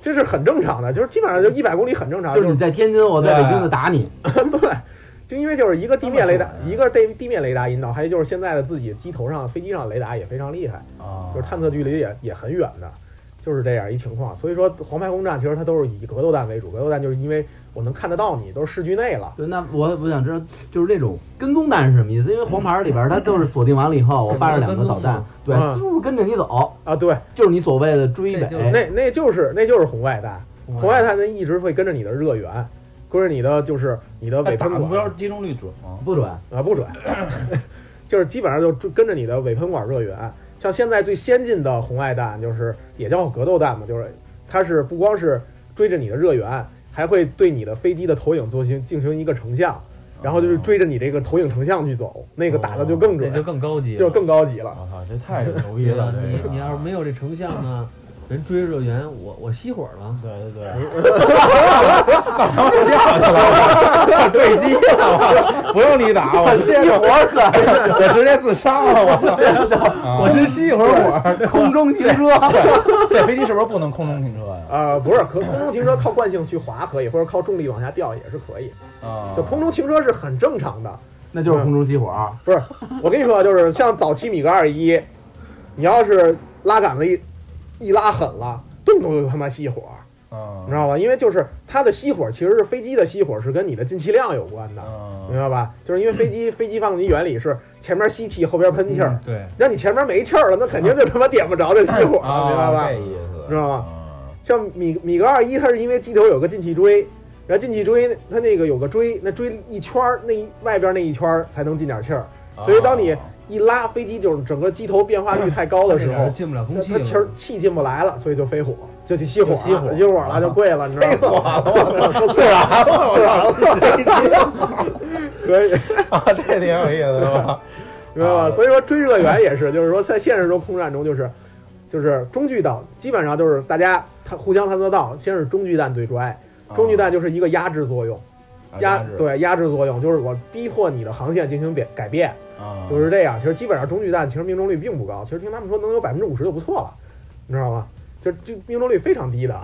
Speaker 3: 这是很正常的，就是基本上就一百公里很正常，
Speaker 4: 就是你在天津，我在北京就打你，
Speaker 3: [laughs] 对，就因为就是一个地面雷达
Speaker 1: 那，么准啊
Speaker 3: 一个地地面雷达引导，还有就是现在的自己机头上、飞机上雷达也非常厉害，
Speaker 1: 啊，
Speaker 3: 就是探测距离也也很远的，就是这样一情况。所以说，黄牌轰炸其实它都是以格斗弹为主，格斗弹就是因为我能看得到你，都是视距内了。
Speaker 4: 对，那我我想知道，就是那种跟踪弹是什么意思？因为黄牌里边它就是锁定完了以后，我发射两个导弹，对，
Speaker 3: 嗯
Speaker 4: 就是跟着你走，
Speaker 3: 啊，对，
Speaker 4: 就是你所谓的追
Speaker 2: 对
Speaker 1: 嗯
Speaker 2: 就是
Speaker 4: 尾。
Speaker 3: 那那就是那就是红外弹，
Speaker 2: 红
Speaker 3: 红外弹它一直会跟着你的热源，跟着你的就是你的尾
Speaker 1: 哎
Speaker 3: 喷
Speaker 1: 打目标
Speaker 3: 管
Speaker 1: 击中率准吗？
Speaker 4: 不准，
Speaker 3: 啊，不准， [clears throat] 就是基本上就跟着你的尾喷管热源。像现在最先进的红外弹，就是也叫格斗弹嘛，就是它是不光是追着你的热源，还会对你的飞机的投影做行进行一个成
Speaker 2: 哦
Speaker 3: 像，然后就是追着你这个投影成像去走，那个打的就更
Speaker 2: 这
Speaker 3: 准，
Speaker 2: 哦就更哦高级了，
Speaker 3: 就更高级了。
Speaker 1: 我操，这太牛逼
Speaker 2: 对
Speaker 1: 了！ [laughs]
Speaker 2: 吧？
Speaker 1: 这
Speaker 2: 你
Speaker 1: 个
Speaker 2: 你要
Speaker 3: [laughs]
Speaker 2: 是没有这成像呢，人追热源，我我熄火了，
Speaker 1: 对对对，
Speaker 3: 对机了，不用你打，我
Speaker 4: 这个活可
Speaker 1: 我直接自杀了！我操，啊
Speaker 4: 我先熄一会儿火，空中停车。
Speaker 1: 这飞机是不是不能空中停车呀？
Speaker 3: 啊、不是，可空中停车靠惯性去滑可以，或者靠重力往下掉也是可以。
Speaker 1: 啊，
Speaker 2: 哦
Speaker 3: 就空中停车是很正常的，
Speaker 4: 那就是空中熄火，
Speaker 3: 不是，我跟你说，啊就是像早期米格二一，你要是拉杆子一一拉狠了，动不动就他妈熄火，
Speaker 1: 啊，
Speaker 3: 你知道吧？因为就是它的熄火其实是飞机的熄火是跟你的进气量有关的，明
Speaker 1: 啊，
Speaker 3: 白吧？就是因为飞机飞机发动机原理是前面吸气，后边喷气儿，
Speaker 2: 嗯对，
Speaker 3: 让你前面没气儿了，那肯定就他妈点不着就熄
Speaker 1: 嗯
Speaker 3: 火了，明白吧？
Speaker 1: 啊这意思，
Speaker 3: 知道吗
Speaker 1: 吗？
Speaker 3: 像米米格二一，它是因为机头有个进气锥，然后进气锥它那个有个锥，那锥一圈儿，那一外边那一圈儿才能进点气儿。所以当你
Speaker 2: 哦
Speaker 3: 一拉飞机，就是整个机头变化率太高的时
Speaker 2: [clears throat] 那点
Speaker 3: 候
Speaker 2: 儿，进不了空
Speaker 3: 它
Speaker 2: 气
Speaker 3: 它
Speaker 2: 了，
Speaker 3: 气儿气进不来了，所以就飞火，就去熄火了，
Speaker 1: 就熄火
Speaker 3: 熄火了就跪了，你知道
Speaker 2: [laughs]
Speaker 3: 吗？ [laughs] 说自燃了，自燃 [laughs] 了， [laughs] 可以，
Speaker 1: 啊，
Speaker 3: [laughs]
Speaker 1: 这挺有意思的吧？
Speaker 3: 明白
Speaker 1: 啊
Speaker 3: 吧？所以说追热源也是，就是说在现实中空战中就是。就是中距弹，基本上就是大家探互相探测到，先是中距弹对摔，中距弹就是一个压制作用，
Speaker 1: 啊
Speaker 3: 压
Speaker 1: 制
Speaker 3: 对压制作用就是我逼迫你的航线进行变改变，
Speaker 1: 啊，
Speaker 3: 就是这样。其实基本上中距弹其实命中率并不高，其实听他们说能有百分之五十就不错了，你知道吗？就就命中率非常低的。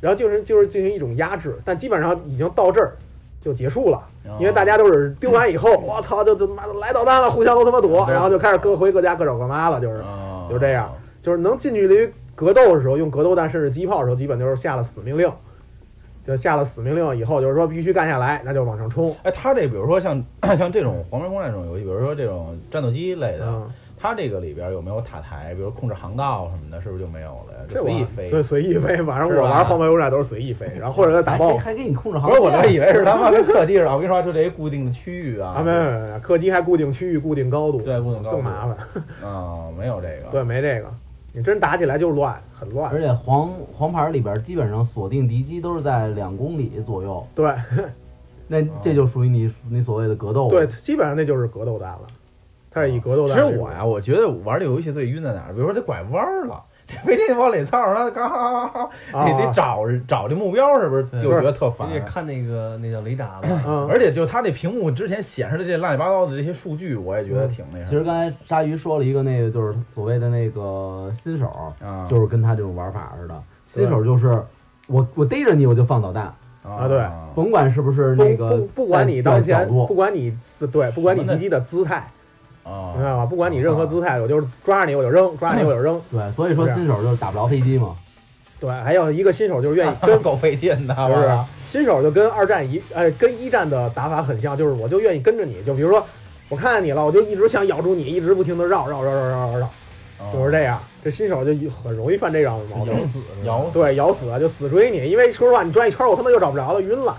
Speaker 3: 然后就是就是进行一种压制，但基本上已经到这儿就结束了，因为大家都是丢完以后，我操，就就妈的来导弹了，互相都他妈躲，
Speaker 1: 对
Speaker 3: 然后就开始各回各家各找各妈了，就是
Speaker 1: 啊
Speaker 3: 就这样就是能近距离格斗的时候，用格斗弹甚至机炮的时候，基本就是下了死命令，就下了死命令以后，就是说必须干下来，那就往上冲。
Speaker 1: 哎，他这比如说像 [clears throat] 像这种黄牌空战这种游戏，比如说这种战斗机类的，
Speaker 3: 嗯，
Speaker 1: 它这个里边有没有塔台，比如控制航道什么的，是不是就没有了呀？就
Speaker 3: 这
Speaker 1: 随意
Speaker 3: 我
Speaker 1: 飞。
Speaker 3: 对，随意飞。反正
Speaker 1: 是
Speaker 3: 我
Speaker 1: 吧
Speaker 3: 玩黄牌游战都是随意飞，然后或者在打
Speaker 4: 还
Speaker 3: BOSS。
Speaker 4: 还给你控制好。
Speaker 1: 不是，我这以为是他
Speaker 3: [laughs]
Speaker 1: 妈跟客机似啊的。我跟你说，就这一固定的区域啊，
Speaker 3: 啊，没有没有没有，客机还固定区域、固定高度，
Speaker 1: 对，固定高度
Speaker 3: 更麻烦。
Speaker 1: 啊，没有这个。
Speaker 3: 对，没这个，你真打起来就乱，很乱
Speaker 4: 而。且黄黄牌里边基本上锁定敌机都是在两公里左右，
Speaker 3: 对
Speaker 1: 哦
Speaker 4: 那这就属于你你所谓的格斗。
Speaker 3: 对，，基本上那就是格斗弹了，它是以格斗
Speaker 1: 其
Speaker 3: 弹。
Speaker 1: 实我呀，，我觉得玩这游戏最晕在哪儿？比如说它拐弯儿了，这飞机往里套，它嘎嘎嘎嘎，你得
Speaker 3: 啊
Speaker 1: 找找这目标，是不是
Speaker 2: 对
Speaker 1: 就觉得特烦啊
Speaker 2: 你？得看那个那叫雷达吧，
Speaker 3: 嗯，
Speaker 1: 而且就它这屏幕之前显示的这乱七八糟的这些数据，我也觉
Speaker 3: 嗯
Speaker 1: 得挺那什
Speaker 4: 其实
Speaker 1: 么。
Speaker 4: 刚才鲨鱼说了一个那个就是所谓的那个新手，
Speaker 1: 啊，
Speaker 4: 就是跟他这种玩法似的。新手就是我我逮着你我就放导弹，
Speaker 3: 啊对
Speaker 4: 甭管是不是那个
Speaker 3: 不不管你
Speaker 4: 在
Speaker 3: 当
Speaker 4: 在
Speaker 3: 前，
Speaker 4: 角
Speaker 3: 不
Speaker 4: 落，
Speaker 3: 管你自对，不管你自己的姿态，
Speaker 1: 啊，
Speaker 3: 明白吧？不管你任何姿态，我就是抓着你我就扔，抓着你我
Speaker 1: [laughs]
Speaker 3: 就扔。
Speaker 4: 对，所以说
Speaker 3: 是啊
Speaker 4: 新手就是打不着飞机嘛。
Speaker 3: 对，还有一个新手就是愿意跟
Speaker 1: 够费劲的，啊
Speaker 3: 不是
Speaker 1: 我，
Speaker 3: 新手就跟二战一呃跟一战的打法很像，就是我就愿意跟着你，就比如说我看见你了，我就一直想咬住你，一直不停的绕绕绕绕绕绕绕，
Speaker 1: 靠
Speaker 3: 就是这样。这新手就很容易犯这样的毛病，
Speaker 5: 死
Speaker 1: 摇
Speaker 3: [laughs] 对，咬死啊就死追你，因为说实话，你转一圈我他妈又找不着了，晕了，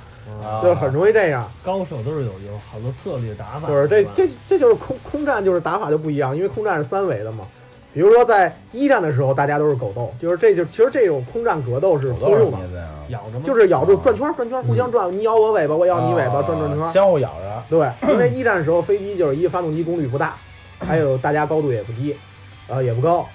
Speaker 1: 啊
Speaker 3: [laughs] 就是很容易这样。
Speaker 2: 高手都是有有好多策略打法，
Speaker 3: 就是这
Speaker 2: 吧
Speaker 3: 这这就是空空战，就是打法就不一样，因为空战是三维的嘛。比如说在一战的时候，大家都是狗斗，就是这就其实这种空战格斗是
Speaker 1: 有
Speaker 3: 通
Speaker 1: 多
Speaker 3: 用
Speaker 1: 少
Speaker 3: 的
Speaker 1: 意，思啊？
Speaker 2: 咬着嘛，
Speaker 3: 就是咬住转圈儿转圈儿，互相转，你咬我尾巴，我咬你尾巴，转转圈
Speaker 1: 啊
Speaker 3: 儿。
Speaker 1: 相互咬着，
Speaker 3: 对，因为一战的时候飞机就是一发动机功率不大，还有大家高度也不低，呃也不高，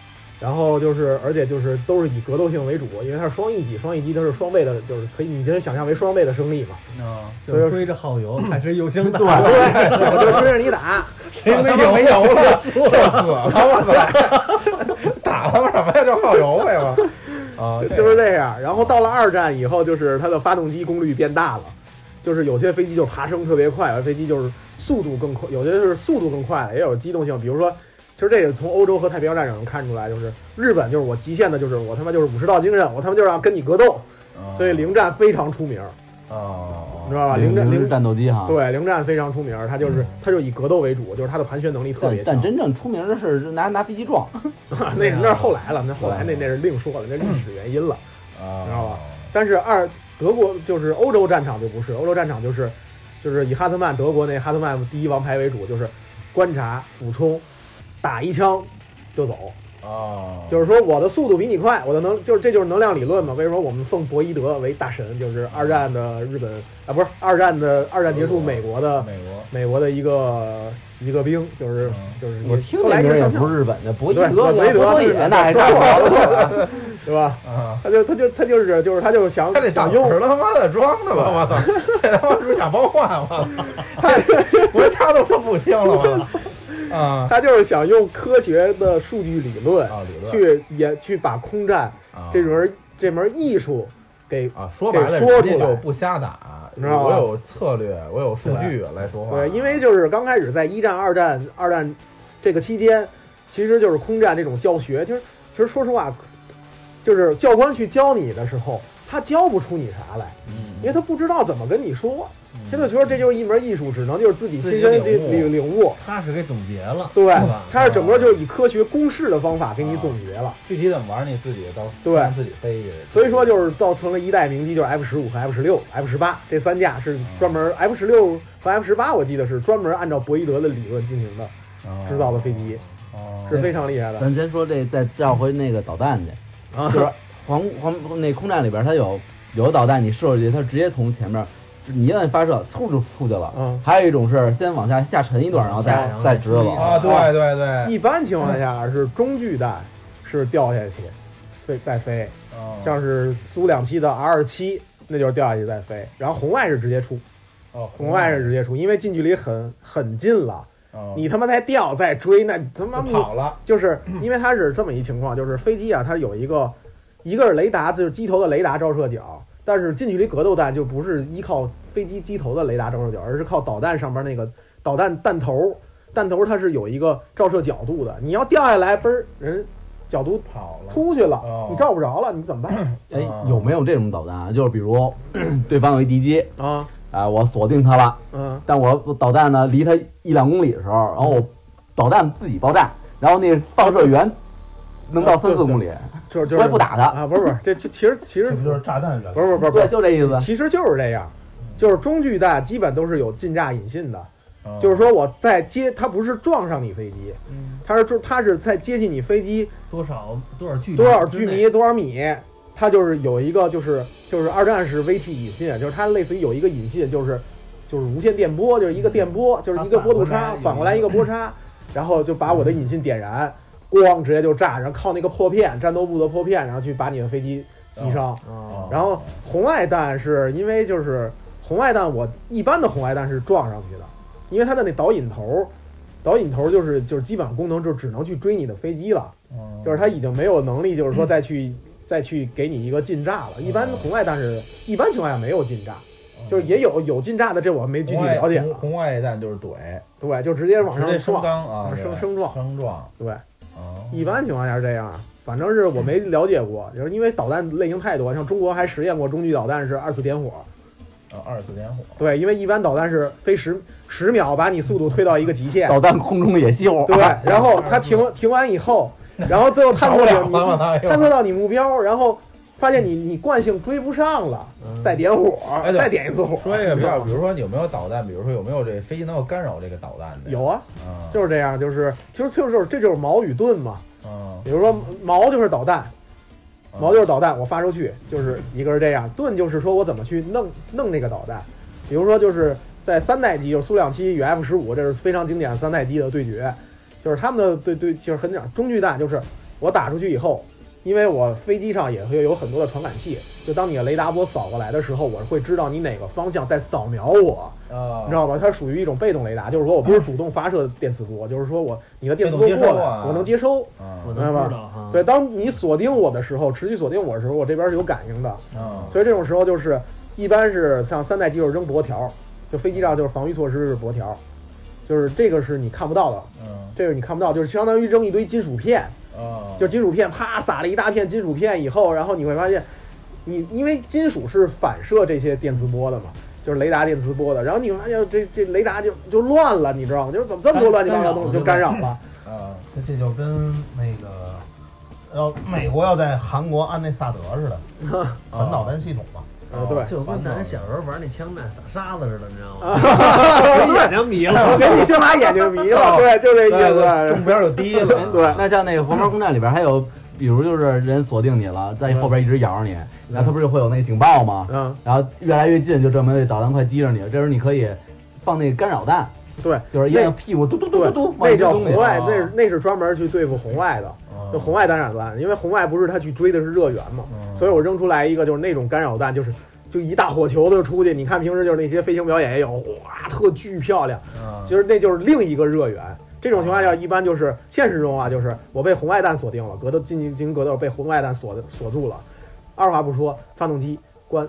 Speaker 3: 然后就是而且就是都是以格斗性为主，因为它是双翼机，双翼机它是双倍的，就是可以你就想象为双倍的升力嘛，
Speaker 1: 啊，
Speaker 2: 就是追着耗油，看
Speaker 3: [laughs]
Speaker 2: 谁油箱大，
Speaker 4: 对
Speaker 3: 嗯对，就追着你打，
Speaker 1: 谁没油没油
Speaker 3: 啊
Speaker 1: 了，就死了，我操！打他妈什么呀？就耗油呗我。啊，
Speaker 3: 就是这样。然后到了二战以后，就是它的发动机功率变大了，就是有些飞机就爬升特别快，有些飞机就是速度更快，有些就是速度更快，也有机动性。比如说，其实这个从欧洲和太平洋战场能看出来，就是日本就是我极限的，就是我他妈就是武士道精神，我他妈就是要跟你格
Speaker 4: 哦
Speaker 3: 斗，
Speaker 1: 这
Speaker 3: 所以零战非常出名，
Speaker 1: 啊
Speaker 3: 你知
Speaker 1: 哦，
Speaker 3: 道啊吧？零战
Speaker 4: 零
Speaker 3: 零
Speaker 4: 式战斗机哈，
Speaker 3: 对零战非常出名，它就是它就以格斗为主，就是它的盘旋能力特
Speaker 4: 但
Speaker 3: 别强
Speaker 4: 但。真正出名的是拿拿飞机撞，
Speaker 3: [laughs] 那是那是后来了，那
Speaker 4: 哦
Speaker 3: 后来那那是另说了，那是历史原因了。
Speaker 1: 啊，
Speaker 3: 知道吧？但是二德国就是欧洲战场就不是，欧洲战场就是就是以哈特曼德国那哈特曼第一王牌为主，就是观察、俯冲、打一枪就走，
Speaker 1: 哦，
Speaker 3: 就是说我的速度比你快，我的能就是这就是能量理论嘛。为什么我们奉博伊德为大神？就是二战的日本啊，不是二战的二战结束美国的
Speaker 1: 美国
Speaker 3: 美国的一个一个兵，就是就是
Speaker 4: 嗯我听
Speaker 3: 后
Speaker 4: 这
Speaker 3: 来
Speaker 4: 名
Speaker 3: 就
Speaker 4: 儿也
Speaker 3: 上
Speaker 4: 不
Speaker 3: 票
Speaker 4: 是日本的，博伊
Speaker 3: 对
Speaker 4: 德、
Speaker 3: 博伊德
Speaker 4: 博
Speaker 3: 是
Speaker 4: 也那还差
Speaker 3: [laughs]
Speaker 4: 不多。
Speaker 3: 对吧？
Speaker 1: 啊，
Speaker 3: 他就他就他就是就是他就想
Speaker 1: 他得
Speaker 3: 想
Speaker 1: 想
Speaker 3: 用
Speaker 1: 用是他妈的装的吧？我操，这他妈是假包换，我
Speaker 3: [laughs]
Speaker 1: 操，
Speaker 3: 他。
Speaker 1: 国家都分不清了，我操，啊
Speaker 3: [laughs] 他就是想用科学的数据理论
Speaker 1: 啊，理论
Speaker 3: 去也去把空战
Speaker 1: 啊
Speaker 3: 这门这门艺术给
Speaker 1: 啊，说白了，
Speaker 3: 给说
Speaker 1: 人
Speaker 3: 出来
Speaker 1: 家就不瞎打，
Speaker 3: 你知道吗
Speaker 1: 我有策略，我有数据来说话。
Speaker 3: 对，因为就是刚开始在一战、二战、二战这个期间，其实就是空战这种教学，就是其实说实话，就是教官去教你的时候，他教不出你啥来，
Speaker 1: 嗯，
Speaker 3: 因为他不知道怎么跟你说。
Speaker 1: 嗯
Speaker 3: 他就觉得这就是一门艺术，只能就是自己
Speaker 1: 自
Speaker 3: 亲
Speaker 1: 己
Speaker 3: 身
Speaker 1: 领
Speaker 3: 领
Speaker 1: 悟啊
Speaker 3: 领领悟。
Speaker 2: 他是给总结了，
Speaker 3: 对
Speaker 2: 吧，？
Speaker 3: 他是整个就是以科学公式的方法给你总结了。
Speaker 1: 具体怎么玩你自己到
Speaker 3: 对
Speaker 1: 自己飞去。
Speaker 3: 所以说就是造成了一代名机，就是 F 十五和 F 十六、F 十八这三架
Speaker 1: 嗯
Speaker 3: 是专门 F 十六和 F 十八，我记得是专门按照博伊德的理论进行的
Speaker 1: 哦
Speaker 3: 制造的飞机，
Speaker 1: 哦
Speaker 3: 是非常厉害的。
Speaker 4: 咱先说这，再绕回那个导弹去，
Speaker 3: 啊 [laughs]
Speaker 4: 就是黄黄那空战里边，它有有导弹，你射出去，它直接从前面。你一摁发射，嗖就出去了。
Speaker 3: 嗯
Speaker 4: 还有一种是先往下下沉一段，然后再
Speaker 2: 下
Speaker 4: 再直哎着走。
Speaker 1: 啊，对对对，
Speaker 3: 一般情况下是中距弹是掉下去飞再飞，
Speaker 1: 哦
Speaker 3: 像是苏两栖的 R 七，那就是掉下去再飞。然后红外是直接出，
Speaker 1: 哦
Speaker 3: 红外是直接出，因为近距离很很近了，
Speaker 1: 哦
Speaker 3: 你他妈再掉再追，那他
Speaker 1: 就
Speaker 3: 妈
Speaker 1: 跑了，
Speaker 3: 就是因为它是这么一情况，就是飞机啊，它有一个，一个是雷达，就是机头的雷达照射角，但是近距离格斗弹就不是依靠飞机机头的雷达照射角，而是靠导弹上边那个导弹弹头，弹头它是有一个照射角度的，你要掉下来，嘣儿人角度
Speaker 1: 跑了，
Speaker 3: 突去
Speaker 1: 哦
Speaker 3: 了，你照不着了，你怎么
Speaker 4: [clears throat]
Speaker 3: 办
Speaker 4: 哎，有没有这种导弹啊？就是比如 [clears throat] 对方有一敌机
Speaker 3: 啊？
Speaker 4: 啊、我锁定它了，
Speaker 3: 嗯，
Speaker 4: 但我导弹呢离它一两公里的时候，然后我导弹自己爆炸，然后那放射源能到三四公里，
Speaker 3: 就是就
Speaker 4: 我
Speaker 3: 是
Speaker 4: 也不打它。
Speaker 3: 啊，不是不是，这这其实其实
Speaker 5: 这不
Speaker 3: 不
Speaker 2: 嗯
Speaker 5: 就是是炸弹人
Speaker 3: 不？是不是不
Speaker 4: 对，
Speaker 3: 是，
Speaker 4: 就这意思。
Speaker 3: 其实就是这样，就是中距弹基本都是有近炸引信的。
Speaker 1: 哦
Speaker 3: 就是说我在接，它不是撞上你飞机，它是就它是在接近你飞机
Speaker 2: 嗯多少多少距离
Speaker 3: 多少
Speaker 2: 之
Speaker 3: 距
Speaker 2: 内
Speaker 3: 离多少米，它就是有一个就是就是二战是 VT 引信，就是它类似于有一个引信，就是就是无线电波，就是一个电波，就是一个波度差，
Speaker 2: 它
Speaker 3: 嗯反
Speaker 2: 反
Speaker 3: 过
Speaker 2: 过
Speaker 3: 来
Speaker 2: 来
Speaker 3: 一个嗯波差，然后就把我的引信点燃，咣直接就炸，然后靠那个破片，战斗部的破片，然后去把你的飞机击伤。
Speaker 2: 啊，
Speaker 3: 然后红外弹是因为就是红外弹，我一般的红外弹是撞上去的，因为它的那导引头，导引头就是就是基本上功能就只能去追你的飞机了，
Speaker 1: 哦
Speaker 3: 就是它已经没有能力就是说再去再去给你一个进炸了。一般红外弹是一般情况下没有进炸，就是也有有进炸的，这我没具体
Speaker 1: 哦红外
Speaker 3: 了解
Speaker 1: 红
Speaker 3: 了。
Speaker 1: 红外弹就是怼，
Speaker 3: 对，就直接往
Speaker 1: 直接
Speaker 3: 上
Speaker 1: 升
Speaker 3: 撞。
Speaker 1: 钢啊，
Speaker 3: 啊升
Speaker 1: 对
Speaker 3: 升撞
Speaker 1: 升撞，
Speaker 3: 对，
Speaker 1: 哦，
Speaker 3: 一般情况下是这样。啊反正是我没了解过，就是因为导弹类型太多，像中国还实验过中距导弹是二次点火，
Speaker 1: 啊二次点火，
Speaker 3: 对，因为一般导弹是飞十十秒，把你速度推到一个极限，
Speaker 4: 导弹空中野秀，
Speaker 3: 对，然后它
Speaker 1: [laughs]
Speaker 3: 停停完以后，然后最后探测到你
Speaker 1: 了它
Speaker 3: 探测到你目标，然后发现你你惯性追不上了，
Speaker 2: 嗯
Speaker 3: 再点火，
Speaker 1: 哎对
Speaker 3: 再点一次火。
Speaker 1: 说一个比较，比如说有没有导弹，比如说有没有这飞机能够干扰这个导弹的？
Speaker 3: 有，啊，
Speaker 1: 嗯，
Speaker 3: 就是这样，就是其实就是就是这就是矛与盾嘛。
Speaker 1: 嗯，
Speaker 3: 比如说矛就是导弹，
Speaker 1: 嗯
Speaker 3: 矛就是导弹，我发出去就是一个是这样，盾就是说我怎么去弄弄这个导弹。比如说就是在三代机，就是苏两七与 F 十五，这是非常经典的三代机的对决，就是他们的对对，其实很讲中距弹，就是我打出去以后，因为我飞机上也会有很多的传感器，就当你的雷达波扫过来的时候，我会知道你哪个方向在扫描我，
Speaker 1: 啊，
Speaker 3: 你知道吧？它属于一种被动雷达，就是说我不是主动发射电磁波，就是说我你的电磁波
Speaker 1: 被
Speaker 3: 过
Speaker 1: 动接收
Speaker 3: 来，
Speaker 1: 啊
Speaker 3: 我能接收。
Speaker 2: 我
Speaker 1: 嗯
Speaker 2: 能知道哈。
Speaker 3: 对，当你锁定我的时候，持续锁定我的时候，我这边是有感应
Speaker 2: 啊
Speaker 3: 的。
Speaker 1: 嗯，
Speaker 3: 所以这种时候就是，一般是像三代机就是扔箔条，就飞机上就是防御措施是箔条，就是这个是你看不到的，
Speaker 1: 嗯，
Speaker 3: 这个你看不到，就是相当于扔一堆金属片，
Speaker 1: 啊，
Speaker 3: 就金属片啪撒了一大片金属片以后，然后你会发现，你因为金属是反射这些电磁波的嘛。就是雷达电磁波的，然后你会发现这这雷达就就乱了，你知道吗？就是怎么这么多乱七八糟的东西就干扰了。
Speaker 1: 啊，
Speaker 5: 这这就跟那个要美国要在韩国安那萨德似
Speaker 3: [laughs]
Speaker 5: 的，
Speaker 1: 啊
Speaker 5: 反导弹系统嘛。
Speaker 3: 啊，对，
Speaker 2: 就跟咱小时候玩那枪弹撒沙子似的，你知道吗？
Speaker 3: 啊
Speaker 2: 给眼睛迷
Speaker 3: 我 [laughs]
Speaker 2: 了。
Speaker 3: 给你先把眼睛迷了，对，就这意
Speaker 1: 对
Speaker 3: 思
Speaker 1: 中。标就低了，
Speaker 3: 对，
Speaker 4: 嗯那像那个黄牌空战里边还有，比如就是人锁定你了，在后边一直咬着你，然后他不是会有那个警报吗？
Speaker 3: 嗯，
Speaker 4: 然后越来越近，就证明这导弹快击着你了。这时候你可以放那个干扰弹，
Speaker 3: 对，
Speaker 4: 就是一
Speaker 3: 那
Speaker 4: 摁屁股嘟嘟嘟
Speaker 3: 对
Speaker 4: 嘟嘟，，
Speaker 3: 那
Speaker 4: 往你这
Speaker 3: 叫
Speaker 4: 东西
Speaker 3: 红外，
Speaker 1: 啊
Speaker 3: 那是那是专门去对付红外的，就红外干扰弹，因为红外不是它去追的是热源嘛，
Speaker 1: 嗯
Speaker 3: 所以我扔出来一个就是那种干扰弹，就是就一大火球子出去，你看平时就是那些飞行表演也有，哇，特巨漂亮，
Speaker 1: 嗯，
Speaker 3: 其实那就是另一个热源。这种情况下，一般就是现实中啊，就是我被红外弹锁定了，格斗进行进行格斗被红外弹锁锁住了，二话不说，发动机关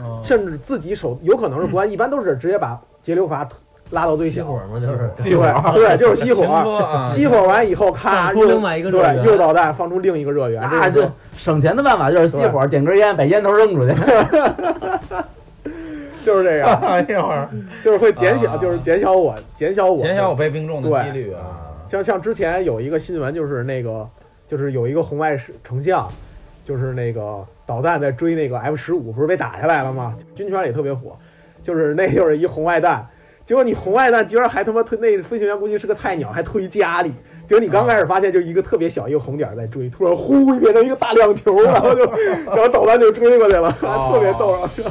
Speaker 1: 嗯
Speaker 3: 甚至自己手有可能是关，一般都是直接把节流阀拉到最
Speaker 2: 熄
Speaker 3: 小，
Speaker 2: 火嘛，就是
Speaker 3: 熄火，对，就
Speaker 1: [laughs]
Speaker 3: 是熄
Speaker 1: 停
Speaker 3: 火，
Speaker 1: 车啊，
Speaker 3: 熄火完以后，咔，
Speaker 2: 放出
Speaker 3: 又
Speaker 2: 另外一个热源
Speaker 3: 对，诱导弹放出另一个热源，
Speaker 4: 那
Speaker 3: 这
Speaker 4: 就省钱的办法就是熄火，点根烟，把烟头扔出去。
Speaker 3: 嗯就是
Speaker 1: [laughs]
Speaker 3: 这样，
Speaker 1: 一会儿
Speaker 3: 就是会减小，
Speaker 1: 啊
Speaker 3: 就是减小我减小我
Speaker 1: 减小我被冰中的
Speaker 3: 对
Speaker 1: 几率啊，
Speaker 3: 像像之前有一个新闻，就是那个就是有一个红外成像，就是那个导弹在追那个 F 十五，不是被打下来了吗？军圈也特别火，就是那就是一红外弹，结果你红外弹居然还他妈推那飞行员估计是个菜鸟，还推家里。结果你刚开始发现就一个特别小一个红点儿在追，突然呼变成一个大亮球，然后就
Speaker 1: [laughs]
Speaker 3: 然后导弹就追过去了，
Speaker 1: 哦
Speaker 3: 特别逗。啊 [laughs] 然后就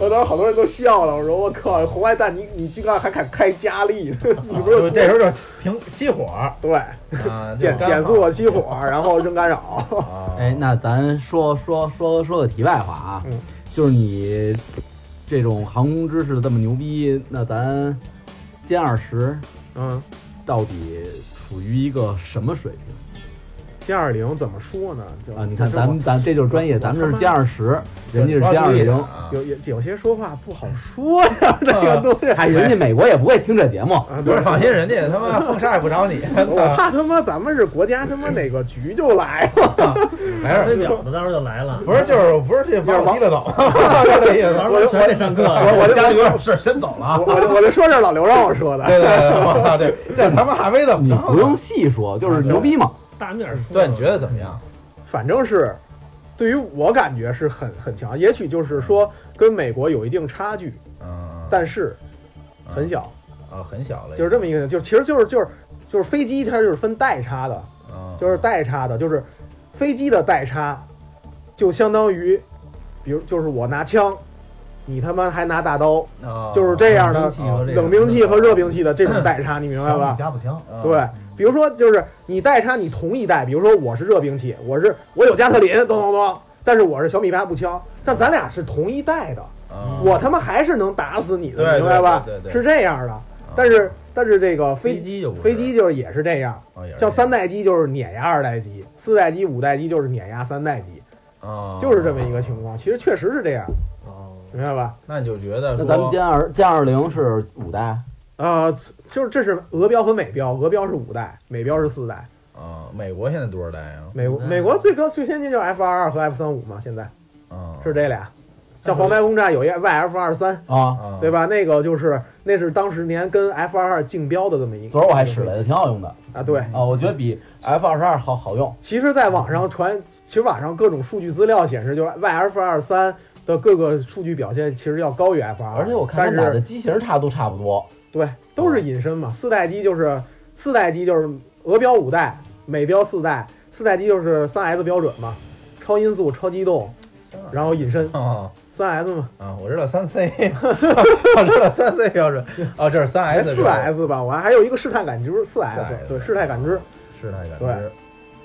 Speaker 3: 我当时好多人都笑了，我说我靠，红外弹你你居然还敢开佳丽， [laughs] 你
Speaker 1: 哦
Speaker 3: 不
Speaker 1: 就是这时候就停熄火
Speaker 3: [laughs] 对。
Speaker 1: 啊，
Speaker 3: 减减速熄火，然后扔干扰。
Speaker 1: 啊，
Speaker 4: 哎，那咱说说说说个题外话啊
Speaker 3: 嗯，
Speaker 4: 就是你这种航空知识这么牛逼，那咱歼二十
Speaker 3: [laughs] 嗯，
Speaker 4: 到底处于一个什么水平？
Speaker 3: 歼二零怎么说呢？就
Speaker 4: 啊，你看咱们咱这就是专业，咱们是歼二十，人家是歼
Speaker 1: 加
Speaker 4: 二
Speaker 1: 二
Speaker 4: 零，
Speaker 3: 有有有些说话不好说呀，这
Speaker 4: 啊
Speaker 3: 个东西。
Speaker 4: 嗨，哎人家美国也不会听
Speaker 3: [laughs]
Speaker 4: 这节目。
Speaker 3: 啊，
Speaker 1: 不
Speaker 3: 对
Speaker 1: 是，放心，人家他妈封杀也不
Speaker 3: [laughs]
Speaker 1: 着你，
Speaker 3: 我怕他妈咱们是国家他妈哪个局就来了，
Speaker 1: 没事
Speaker 2: 飞。表子到时候就来了。
Speaker 1: 不是，就是不是这把我踢了走， [laughs] 就这意思。
Speaker 2: 玩完全得上课。
Speaker 3: [laughs] 我
Speaker 1: [laughs]
Speaker 3: 就
Speaker 5: 家里有点事儿，先走了啊
Speaker 3: 我。我就我就说这是老刘让我说的。
Speaker 1: 对对对，
Speaker 3: [laughs]
Speaker 1: 我操，这这他妈还没怎么
Speaker 4: 你
Speaker 1: 着
Speaker 4: 不用细说，就是牛逼嘛。
Speaker 2: 大面说。
Speaker 1: 对，你觉得怎么样？
Speaker 3: 反正是，对于我感觉是很很强，也许就是说跟美国有一定差距，
Speaker 1: 嗯，
Speaker 3: 但是很小，
Speaker 1: 啊，很小了，
Speaker 3: 就是这么一个，就其实就是就是就是飞机它就是分代差的，
Speaker 1: 嗯，
Speaker 3: 就是代差的，就是飞机的代差，就相当于，比如就是我拿枪，你他妈还拿大刀，
Speaker 1: 啊，
Speaker 3: 就是这样的啊
Speaker 1: 哦
Speaker 3: 冷兵器和热兵器的这种代差，你明白吧？
Speaker 5: 加步枪，
Speaker 1: 嗯
Speaker 3: 对，比如说就是你代差，你同一代，比如说我是热兵器，我是我有加特林，咚咚咚，但是我是小米八步枪，但咱俩是同一代的，
Speaker 1: 嗯
Speaker 3: 我他妈还是能打死你的，
Speaker 1: 对
Speaker 3: 明白吧
Speaker 1: 对对？对对
Speaker 3: 是这样的，但是但是这个
Speaker 1: 哦飞
Speaker 3: 飞
Speaker 1: 机就不是
Speaker 3: 飞机就是也是这样。
Speaker 1: 哦也是
Speaker 3: 像三代机就是碾压二代机，四代机、五代机就是碾压三代机，
Speaker 1: 啊，
Speaker 3: 就是这么一个情况。其实确实是这样，
Speaker 2: 哦，
Speaker 3: 明白吧？
Speaker 1: 那你就觉得
Speaker 4: 那
Speaker 1: 说
Speaker 4: 咱们歼二歼二零是五代，
Speaker 3: 啊、就是这是俄标和美标，俄标是五代，美标是四代。
Speaker 1: 啊，美国现在多少代啊？
Speaker 3: 美国
Speaker 2: 嗯
Speaker 3: 美国最高最先进就是 F 二二和 F 三五嘛，现在
Speaker 1: 啊，
Speaker 3: 是这俩。像黄牌轰炸有一 YF 二三，
Speaker 4: 啊，
Speaker 1: 啊，
Speaker 3: 对？吧？那个就是那是当时年跟 F 二二竞标的这么一个。
Speaker 4: 昨儿我还使来的，挺好用的
Speaker 3: 啊，对。
Speaker 4: 啊，我觉得比 F 二十二好好用。
Speaker 3: 其实，在网上传，其实网上各种数据资料显示，就是 YF 二三的各个数据表现其实要高于 F 二，
Speaker 4: 而且我看
Speaker 3: 啊但
Speaker 4: 他俩的
Speaker 3: 是
Speaker 4: 机型差都差不多，
Speaker 3: 对都
Speaker 4: 哦
Speaker 3: 是隐身嘛，四代机就是四代机就是俄标五代，美标四代，四代机就是三 S 标准嘛，超音速、超机动，然后隐身
Speaker 1: 啊
Speaker 3: 三 S 嘛，
Speaker 1: 啊，我知道三 C，我知道三 C 标准，哦，这是三
Speaker 3: 还
Speaker 1: S，
Speaker 3: 哎四 S 吧，我还还有一个试探感知，四
Speaker 1: 4S
Speaker 3: S 对试探感知，
Speaker 1: 是那感
Speaker 3: 对
Speaker 1: 知，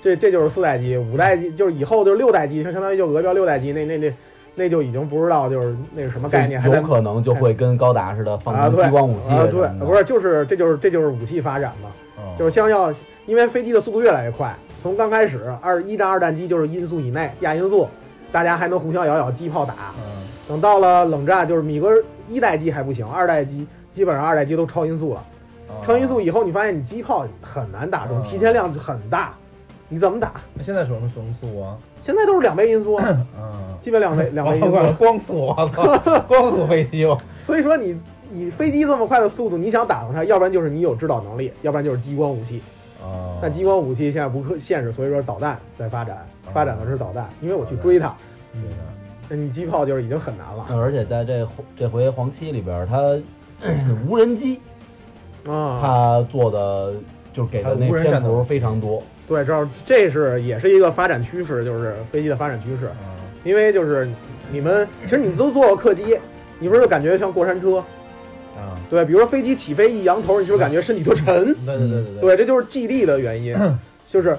Speaker 3: 这这就是四代机，五代机就是以后就是六代机，就相当于就俄标六代机那那那那就已经不知道就是那个什么概念，还在
Speaker 4: 有可能就会跟高达似的放
Speaker 3: 啊
Speaker 4: 成
Speaker 3: 对
Speaker 4: 激光武器
Speaker 3: 啊，
Speaker 4: 什
Speaker 3: 对
Speaker 4: 么，的
Speaker 3: 不是，就是这就是这就是武器发展嘛，
Speaker 1: 哦
Speaker 3: 就是像要，因为飞机的速度越来越快，从刚开始二一战、二战机就是音速以内亚音速，大家还能互相咬咬机炮打，
Speaker 1: 嗯
Speaker 3: 等到了冷战，就是米格一代机还不行，二代机基本上二代机都超音速了，
Speaker 1: 哦
Speaker 3: 超音速以后你发现你机炮很难打中，
Speaker 1: 嗯
Speaker 3: 提前量很大，你怎么打？
Speaker 1: 那现在什么什么速啊？
Speaker 3: 现在都是两倍音速啊，
Speaker 1: [coughs] 嗯，
Speaker 3: 基本两倍两倍音
Speaker 1: 光
Speaker 3: 速，
Speaker 1: 光速，我操，光速飞机，哦我
Speaker 3: 所以说你你飞机这么快的速度，你想打动它，要不然就是你有制导能力，要不然就是激光武器。
Speaker 1: 哦
Speaker 3: 但激光武器现在不可现实，所以说导弹在发展，发展的是导弹，因为我去追它，
Speaker 1: 这个
Speaker 3: 那你机炮就是已经很难了
Speaker 4: 而且在这这回黄七里边儿，它 [clears throat] 无人机
Speaker 3: 啊。
Speaker 4: 它做的就是给的那
Speaker 1: 它无人
Speaker 4: 篇
Speaker 1: 战斗
Speaker 4: 幅非常多，
Speaker 3: 对，这儿这是也是一个发展趋势，就是飞机的发展趋势，
Speaker 1: 嗯
Speaker 3: 因为就是你们其实你们都坐过客机，你不是感觉像过山车？
Speaker 1: 啊，嗯
Speaker 3: 对，比如说飞机起飞一扬头，你是不是感觉身体特沉？
Speaker 1: 对对对对，
Speaker 3: 对，这就是 G 力的原因，就是。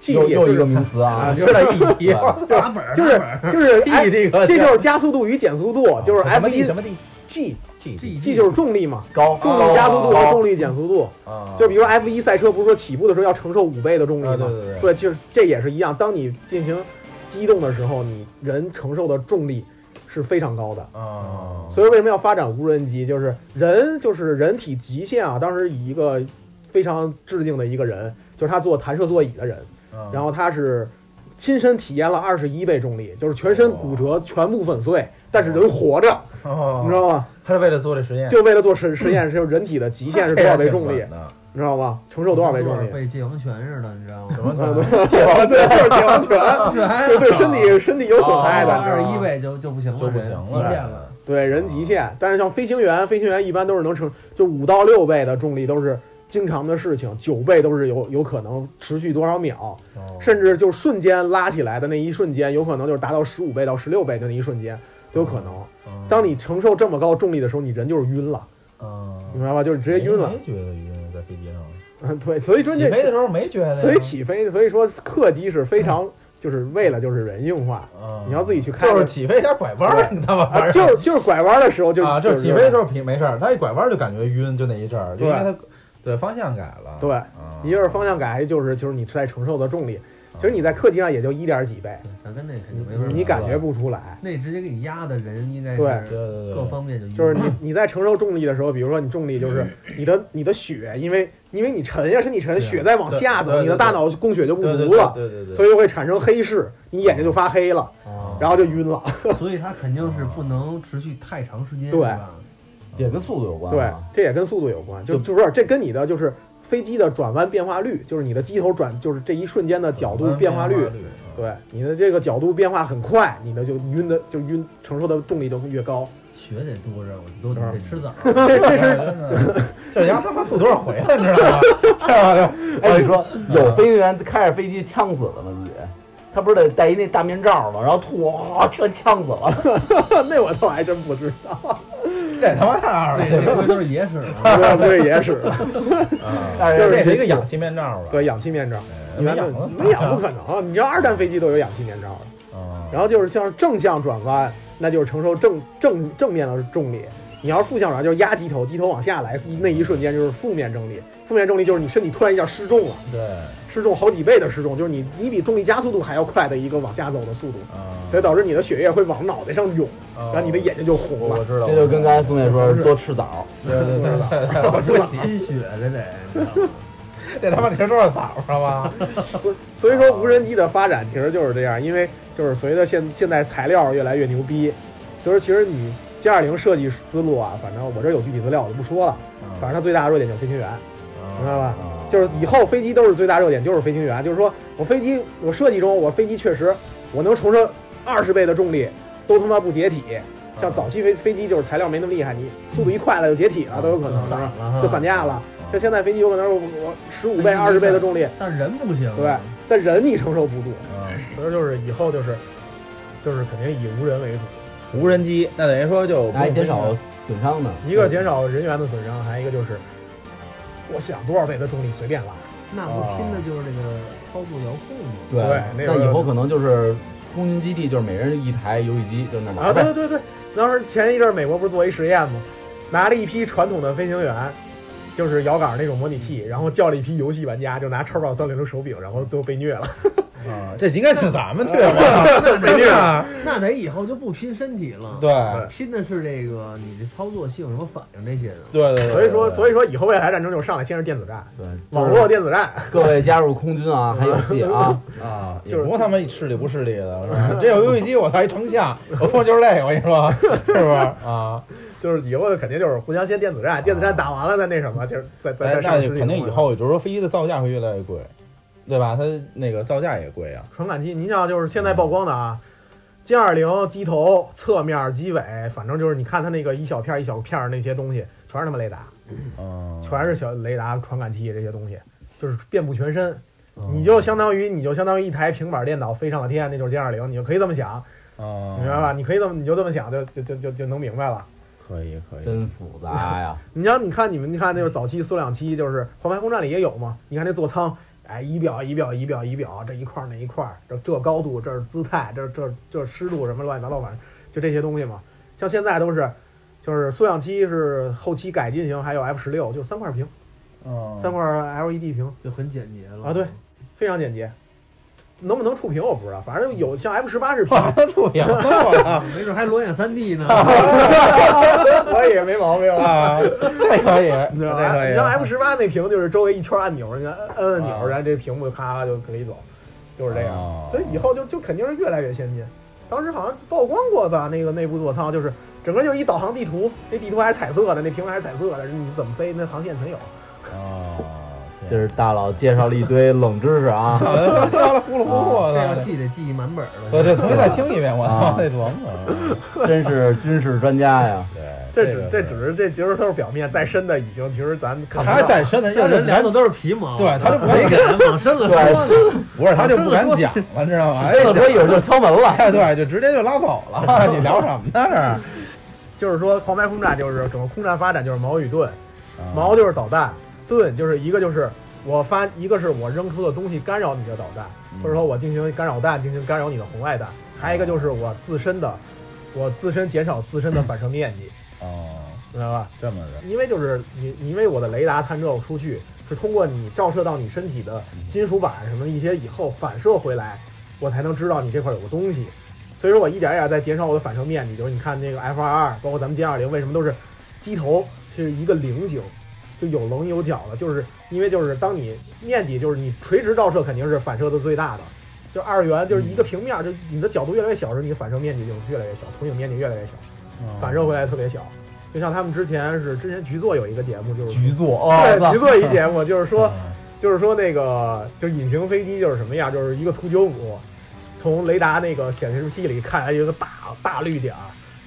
Speaker 3: G
Speaker 4: 又
Speaker 3: 力
Speaker 4: 又
Speaker 3: 就
Speaker 4: 一个
Speaker 3: 是
Speaker 4: 名词啊
Speaker 3: 啊，
Speaker 1: 知道
Speaker 4: [laughs]
Speaker 1: 意义
Speaker 4: 对
Speaker 1: 吗？
Speaker 2: 打本儿
Speaker 3: 就是
Speaker 2: 打本儿
Speaker 3: 就是哎
Speaker 1: P 这个
Speaker 3: 这就是加速度与减速度，就是
Speaker 1: 什么
Speaker 3: F
Speaker 1: 地
Speaker 3: 一
Speaker 1: 什么地
Speaker 3: G
Speaker 1: G
Speaker 2: G
Speaker 3: G 就是重力嘛，
Speaker 4: 高
Speaker 3: 重力加速
Speaker 1: 哦
Speaker 3: 度和
Speaker 4: 高
Speaker 3: 重力减速度。
Speaker 1: 啊，
Speaker 3: 就比如 F 1赛车，不是说起步的时候要承受五倍的重力
Speaker 1: 啊，对
Speaker 3: 吗？
Speaker 1: 对对，
Speaker 3: 对，就是这也是一样。当你进行机动的时候，你人承受的重力是非常高的。
Speaker 1: 啊，
Speaker 3: 所以为什么要发展无人机？就是人，就是人体极限啊！当时以一个非常致敬的一个人，就是他坐弹射座椅的人，
Speaker 1: 嗯
Speaker 3: 然后他是亲身体验了二十一倍重力，就是全身骨折，全部粉碎，但是人活着，
Speaker 1: 哦
Speaker 3: 你知道吗？
Speaker 1: 他是为了做这实验，
Speaker 3: 就为了做实实验，就是人体的极限是多少倍
Speaker 1: 啊
Speaker 3: 重力，你知道吗？承受多少倍重力？
Speaker 2: 被解放全似的，你知道吗
Speaker 1: 什？么团队？
Speaker 3: 解放对，就是解放拳， [laughs]
Speaker 2: 全
Speaker 3: 哎对对身体身体有损害的，你知
Speaker 2: 二
Speaker 3: 道
Speaker 2: 十
Speaker 3: 吗
Speaker 2: 一倍就就不行了，
Speaker 1: 就不
Speaker 2: 这
Speaker 1: 行了
Speaker 2: 极限了。
Speaker 3: 对人极限。但是像飞行员，飞行员一般都是能承就五到六倍的重力都是经常的事情，九倍都是有有可能持续多少秒，甚至就瞬间拉起来的那一瞬间，有可能就是达到十五倍到十六倍的那一瞬间都有可能。当你承受这么高重力的时候，你人就是晕了，明
Speaker 1: 嗯，
Speaker 3: 白吧？就是直接晕了。
Speaker 1: 没觉得晕，在飞机上
Speaker 3: 嗯，对，所以说
Speaker 1: 起
Speaker 3: 这
Speaker 1: 飞的时候没觉得呀，
Speaker 3: 所以起飞，所以说客机是非常就是为了就是人性化。
Speaker 1: 嗯，
Speaker 3: 你要自己去看
Speaker 1: 就是起飞点拐弯儿，你他妈玩
Speaker 3: 啊，
Speaker 1: 儿
Speaker 3: 就是就是拐弯的时候就
Speaker 1: 啊，就是起飞的时候平没事儿，他一拐弯就感觉晕，就那一阵儿，就因为
Speaker 3: 对
Speaker 1: 他对方向改了，
Speaker 3: 对
Speaker 1: 啊，
Speaker 3: 一个是方向改，就是就是你在承受的重力，其实你在客机上也就一点几倍，
Speaker 2: 对咱跟那肯
Speaker 3: 你
Speaker 2: 定没法比
Speaker 3: 你感觉不出来。
Speaker 2: 那直接给你压的人应该
Speaker 1: 对
Speaker 2: 是
Speaker 1: 对对，
Speaker 2: 各方面就
Speaker 3: 就是
Speaker 1: [laughs]
Speaker 3: 你你在承受重力的时候，比如说你重力就是你的你的血，因为因为你沉呀，身体
Speaker 1: 嗯
Speaker 3: 沉，
Speaker 1: 对
Speaker 3: 血在往下
Speaker 1: 对
Speaker 3: 走，
Speaker 1: 对
Speaker 3: 你的大脑供血就不
Speaker 1: 对对
Speaker 3: 足了，
Speaker 1: 对对对，啊
Speaker 3: 所
Speaker 1: 以
Speaker 3: 以就会产生黑视，你眼睛就发黑了，然后就晕了。
Speaker 2: 所以它肯定是不能持续太长时间，
Speaker 3: 对
Speaker 2: 是吧？
Speaker 4: 也跟速度有关
Speaker 3: 对
Speaker 4: 啊，，
Speaker 3: 这也跟速度有关，就
Speaker 4: 就
Speaker 3: 就不是这跟你的就是飞机的转弯变化率，就是你的机头转，就是这一瞬间的角度变化率，
Speaker 1: 嗯
Speaker 3: 对你的这个角度变化很快，你的就晕的就晕，承受的重力就会越高。
Speaker 2: 血得多着，我都得吃枣。
Speaker 3: 这这
Speaker 1: 这
Speaker 3: 是
Speaker 1: 是嗯这丫他妈吐多少回了，你知道吗？
Speaker 4: [laughs] 哎，你说有飞行员开着飞机呛死了吗？自己，他不是得戴一那大面罩吗？然后吐，哇，全呛死
Speaker 3: [laughs]
Speaker 4: 了。
Speaker 3: 那我倒还真不知道，
Speaker 1: 这他妈太
Speaker 2: [laughs]
Speaker 1: 二
Speaker 2: 那
Speaker 1: 了，
Speaker 2: 这回
Speaker 1: [laughs]
Speaker 2: 都是野史了。
Speaker 3: 不是野史，
Speaker 1: 啊，
Speaker 4: 但
Speaker 3: 就是
Speaker 1: 这是一个氧气面罩吧？
Speaker 3: 对，氧气面罩，
Speaker 1: 哎，
Speaker 3: 你
Speaker 1: 没
Speaker 3: 看
Speaker 1: 氧了，
Speaker 3: 没氧不可能，你知道二战飞机都有氧气面罩的。
Speaker 1: 啊，
Speaker 3: 嗯然后就是像正向转弯，那就是承受正正正面的重力；你要是负向转弯，就是压机头，机头往下来那一瞬间就是负面重力。负面重力就是你身体突然一下失重了，
Speaker 1: 对，
Speaker 3: 失重好几倍的失重，就是你你比重力加速度还要快的一个往下走的速度，
Speaker 1: 啊，
Speaker 3: 所以导致你的血液会往脑袋上涌，
Speaker 1: 哦
Speaker 3: 然后你的眼睛就红
Speaker 5: 我
Speaker 3: 了。
Speaker 5: 知道，
Speaker 4: 这就跟刚才宋姐说
Speaker 3: 是
Speaker 4: 多吃枣，
Speaker 1: 对对对
Speaker 2: 我这心血这得，你知
Speaker 1: [laughs]
Speaker 2: 道吗
Speaker 5: 这他妈停多少枣儿了吗？
Speaker 3: 所所以说无人机的发展其实就是这样，因为就是随着现现在材料越来越牛逼，所以说其实你歼二零设计思路啊，反正我这儿有具体资料我就不说了， [laughs] 反正它最大的弱点就是飞行员，
Speaker 1: 啊
Speaker 3: 明白吧？就是以后飞机都是最大热点，就是飞行员。就是说我飞机，我设计中，我飞机确实我能承受二十倍的重力，都他妈不解体。像早期飞飞机就是材料没那么厉害，你速度一快了就解体了，都有可能
Speaker 2: 散了哈
Speaker 3: 就散架了。像现在飞机有可能是我十五倍、二十倍的重力，
Speaker 2: 但是人不行啊，
Speaker 3: 对，但人你承受不住。
Speaker 1: 嗯
Speaker 3: 所以就是以后就是就是肯定以无人为主，
Speaker 1: 无人机，那等于说就不
Speaker 4: 来
Speaker 1: 用
Speaker 4: 减
Speaker 1: 飞
Speaker 4: 少
Speaker 1: 了
Speaker 4: 损伤呢。
Speaker 3: 一个减少人员的损伤，还有一个就是我想多少倍的重力随便拉。
Speaker 2: 那不拼的就是那个操作遥控吗？
Speaker 4: 对
Speaker 3: 对那
Speaker 4: 但
Speaker 3: 个
Speaker 4: 以后可能就是空军基地，就是每人一台游戏机，就是那玩
Speaker 3: 啊，
Speaker 4: 儿
Speaker 3: 对
Speaker 4: 呗。
Speaker 3: 对对对，当时前一阵儿美国不是做一实验吗？拿了一批传统的飞行员，就是摇杆儿那种模拟器，然后叫了一批游戏玩家，就拿叉 box 三六零手柄，然后最后被虐了。
Speaker 1: 啊，这应该是咱们对吧？
Speaker 3: [laughs] 被虐了，
Speaker 2: 那得以后就不拼身体
Speaker 1: [laughs]
Speaker 2: 了，
Speaker 1: 对
Speaker 2: 拼的是这个你的操作性、什么反应这些的。
Speaker 1: 对对对，
Speaker 3: 所以说所
Speaker 1: 以
Speaker 3: 以说以后未来战争就是上来先是电子战，
Speaker 4: 对，
Speaker 3: 网络电子战，
Speaker 4: 各位加入空
Speaker 3: [laughs]
Speaker 4: 军啊，还有戏啊，
Speaker 1: 啊，也
Speaker 3: 就是
Speaker 1: 不他妈势力不势力的，是吧？这有游戏机，我操一成像， [laughs] 我碰就是累，我跟你说， [laughs] 是不是啊？
Speaker 3: 就是以后肯定就是互相先电子战，电子战打完了再那什么，就是再再
Speaker 1: 哎
Speaker 3: 再
Speaker 1: 那
Speaker 3: 上
Speaker 1: 就
Speaker 3: 实体
Speaker 1: 肯定
Speaker 3: 东
Speaker 1: 以
Speaker 3: 西
Speaker 1: 后，也就是说飞机的造价会越来越贵，对吧？它那个造价也贵啊。
Speaker 3: 传感器，您像就是现在曝光的啊。歼二零机头、侧面、机尾，反正就是你看它那个一小片儿一小片儿那些东西，全是他妈雷达。
Speaker 1: 嗯，
Speaker 3: 全是小雷达、传感器这些东西，就是遍布全身。你就相当于你就相当于一台平板电脑飞上了天，那就是歼二零，你就可以这么想，
Speaker 1: 嗯，
Speaker 3: 你明白吧？你可以这么你就这么想，就就就就就能明白了。
Speaker 1: 可以可以，
Speaker 4: 真复杂呀。
Speaker 3: 你像你看你们你看那就是早期苏两七，就是黄牌空战里也有嘛。你看那座舱，哎，仪表仪表仪表仪表，这一块儿那一块儿，这这高度，这是姿态，这这这湿度什么乱七八糟，反正就这些东西嘛。像现在都是，就是苏两七是后期改进型，还有 F 十六，就三块屏，
Speaker 1: 嗯，
Speaker 3: 三块 LED 屏。
Speaker 2: 就很简洁了
Speaker 3: 啊对非常简洁。能不能触屏我不知道，反正有像 F 十八是屏，
Speaker 1: 不一样，我操
Speaker 2: 啊没准还裸眼三 D 呢。
Speaker 3: 可以没毛病啊。 [laughs]
Speaker 1: 啊，这可以，啊
Speaker 3: 你
Speaker 1: 这
Speaker 3: 知道吧？
Speaker 1: 可以
Speaker 3: 你像 F 十八那屏就是周围一圈按钮，你按按按
Speaker 1: 啊
Speaker 3: 钮，然后这屏幕就咔咔就可以走，就是这样。
Speaker 1: 哦
Speaker 3: 所以以后就就肯定是越来越先进。当时好像曝光过吧，那个内部座舱就是整个就是一导航地图，那地图还是彩色的，那屏幕还是彩色的，你怎么飞那航线全有。
Speaker 1: 哦，
Speaker 4: 这是大佬介绍了一堆冷知识啊，
Speaker 3: [laughs]
Speaker 1: 说了呼噜呼噜
Speaker 2: 啊这要
Speaker 1: 的，
Speaker 2: 记得记忆满本儿
Speaker 1: 我
Speaker 2: 了。
Speaker 1: 这重新再听一遍，我操
Speaker 4: 啊，
Speaker 1: 那多么，
Speaker 4: 真是军事专家呀。
Speaker 1: 对，
Speaker 3: 这只
Speaker 1: 个
Speaker 3: 这只是这其实都是表面，再深的已经其实咱看不
Speaker 1: 还是
Speaker 3: 到。
Speaker 1: 在深圳，
Speaker 2: 这
Speaker 1: 要是
Speaker 2: 人聊
Speaker 1: 咱
Speaker 2: 的都是皮毛，
Speaker 1: 对他就不
Speaker 2: 没敢往
Speaker 1: [laughs]
Speaker 2: 深了说呢。
Speaker 1: 不是他就不敢讲了，知道吗？
Speaker 3: [laughs]
Speaker 1: 哎，
Speaker 4: 这哥一会儿就敲门了。
Speaker 1: 哎，对，就直接就拉走了，你聊什么
Speaker 3: [laughs]
Speaker 1: 呢？
Speaker 3: 就是说黄牌空战就是整个空战发展就是矛与盾，
Speaker 1: 这是
Speaker 3: 矛就是导弹，盾就是一个就是我发，一个是我扔出的东西干扰你的导弹，或者说我进行干扰弹，进行干扰你的红外弹，还有一个就是我自身的，我自身减少自身的反射面积，
Speaker 1: 哦，
Speaker 3: 明白吧？
Speaker 1: 这么的，
Speaker 3: 因为就是你，你因为我的雷达探照出去是通过你照射到你身体的金属板什么一些以后反射回来，我才能知道你这块有个东西。所以说我一点一点在减少我的反射面积，就是你看那个 F 二二，包括咱们歼二零，为什么都是机头是一个菱形，就有棱有角的，就是因为就是当你面积就是你垂直照射肯定是反射的最大的，就二元就是一个平面，就你的角度越来越小时，你的反射面积就越来越小，投影面积越来越小。嗯反射回来特别小。就像他们之前是之前局座有一个节目，就是
Speaker 4: 局座
Speaker 3: 对
Speaker 4: 啊，
Speaker 3: 局座一节目，就是说
Speaker 1: 嗯
Speaker 3: 就是说那个就是隐形飞机就是什么样，就是一个图九五，从雷达那个显示器里看来有一个大大绿点儿，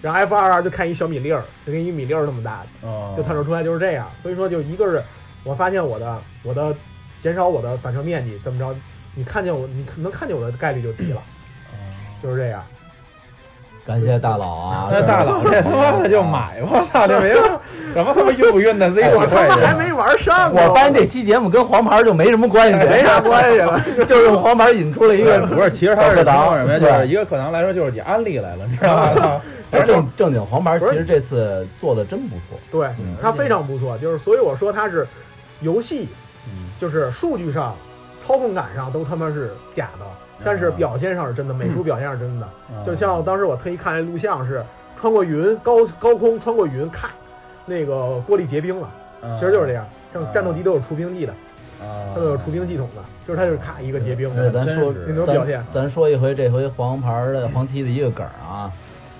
Speaker 3: 然后 F 二二就看一小米粒儿，就跟一米粒儿那么大，
Speaker 1: 哦
Speaker 3: 就探测出来就是这样。所以说，就一个是我发现我的我的减少我的反射面积，怎么着，你看见我你能看见我的概率就低了，就是这样。
Speaker 4: 感谢大佬啊！
Speaker 1: 那大
Speaker 3: [laughs]
Speaker 1: 佬这他妈的就买，我操，这没法什么他妈运不运的，自己
Speaker 3: 哎我
Speaker 1: 管
Speaker 3: 他妈
Speaker 1: 会去。
Speaker 3: [laughs] 还没玩上呢，
Speaker 4: 我发现这期节目跟黄牌就没什么关系，
Speaker 1: 哎
Speaker 3: 没啥关系了。
Speaker 4: 就是用黄牌引出了一
Speaker 1: 一
Speaker 4: 个
Speaker 3: [laughs]
Speaker 1: 个哎不是，其实他是
Speaker 4: 课
Speaker 1: 通
Speaker 4: 堂
Speaker 1: 过什么呀？就是一个课堂来说，就是以安利来了，你知道吧？
Speaker 4: 正哎正正经黄牌，其实这次做的真不错。
Speaker 3: 对
Speaker 1: 嗯，
Speaker 3: 它非常不错，就是所以我说它是游戏
Speaker 1: 嗯，
Speaker 3: 就是数据上、操控感上都他妈是假的，但是表现上是真的，美术表现上是真的。 [laughs]
Speaker 1: 嗯
Speaker 3: 就像当时我特意看一录像是穿过云高高空穿过云，咔，那个玻璃结冰了，
Speaker 1: 嗯
Speaker 3: 其实就是这样。像战斗机都有除冰地的，
Speaker 1: 啊，
Speaker 3: 它都有除冰系统的，就是它就是咔一个结冰。
Speaker 4: 是咱
Speaker 1: 真
Speaker 4: 说
Speaker 1: 是啊
Speaker 3: 那种表现
Speaker 4: 咱咱说一回这回黄牌儿的黄旗的一个梗儿啊，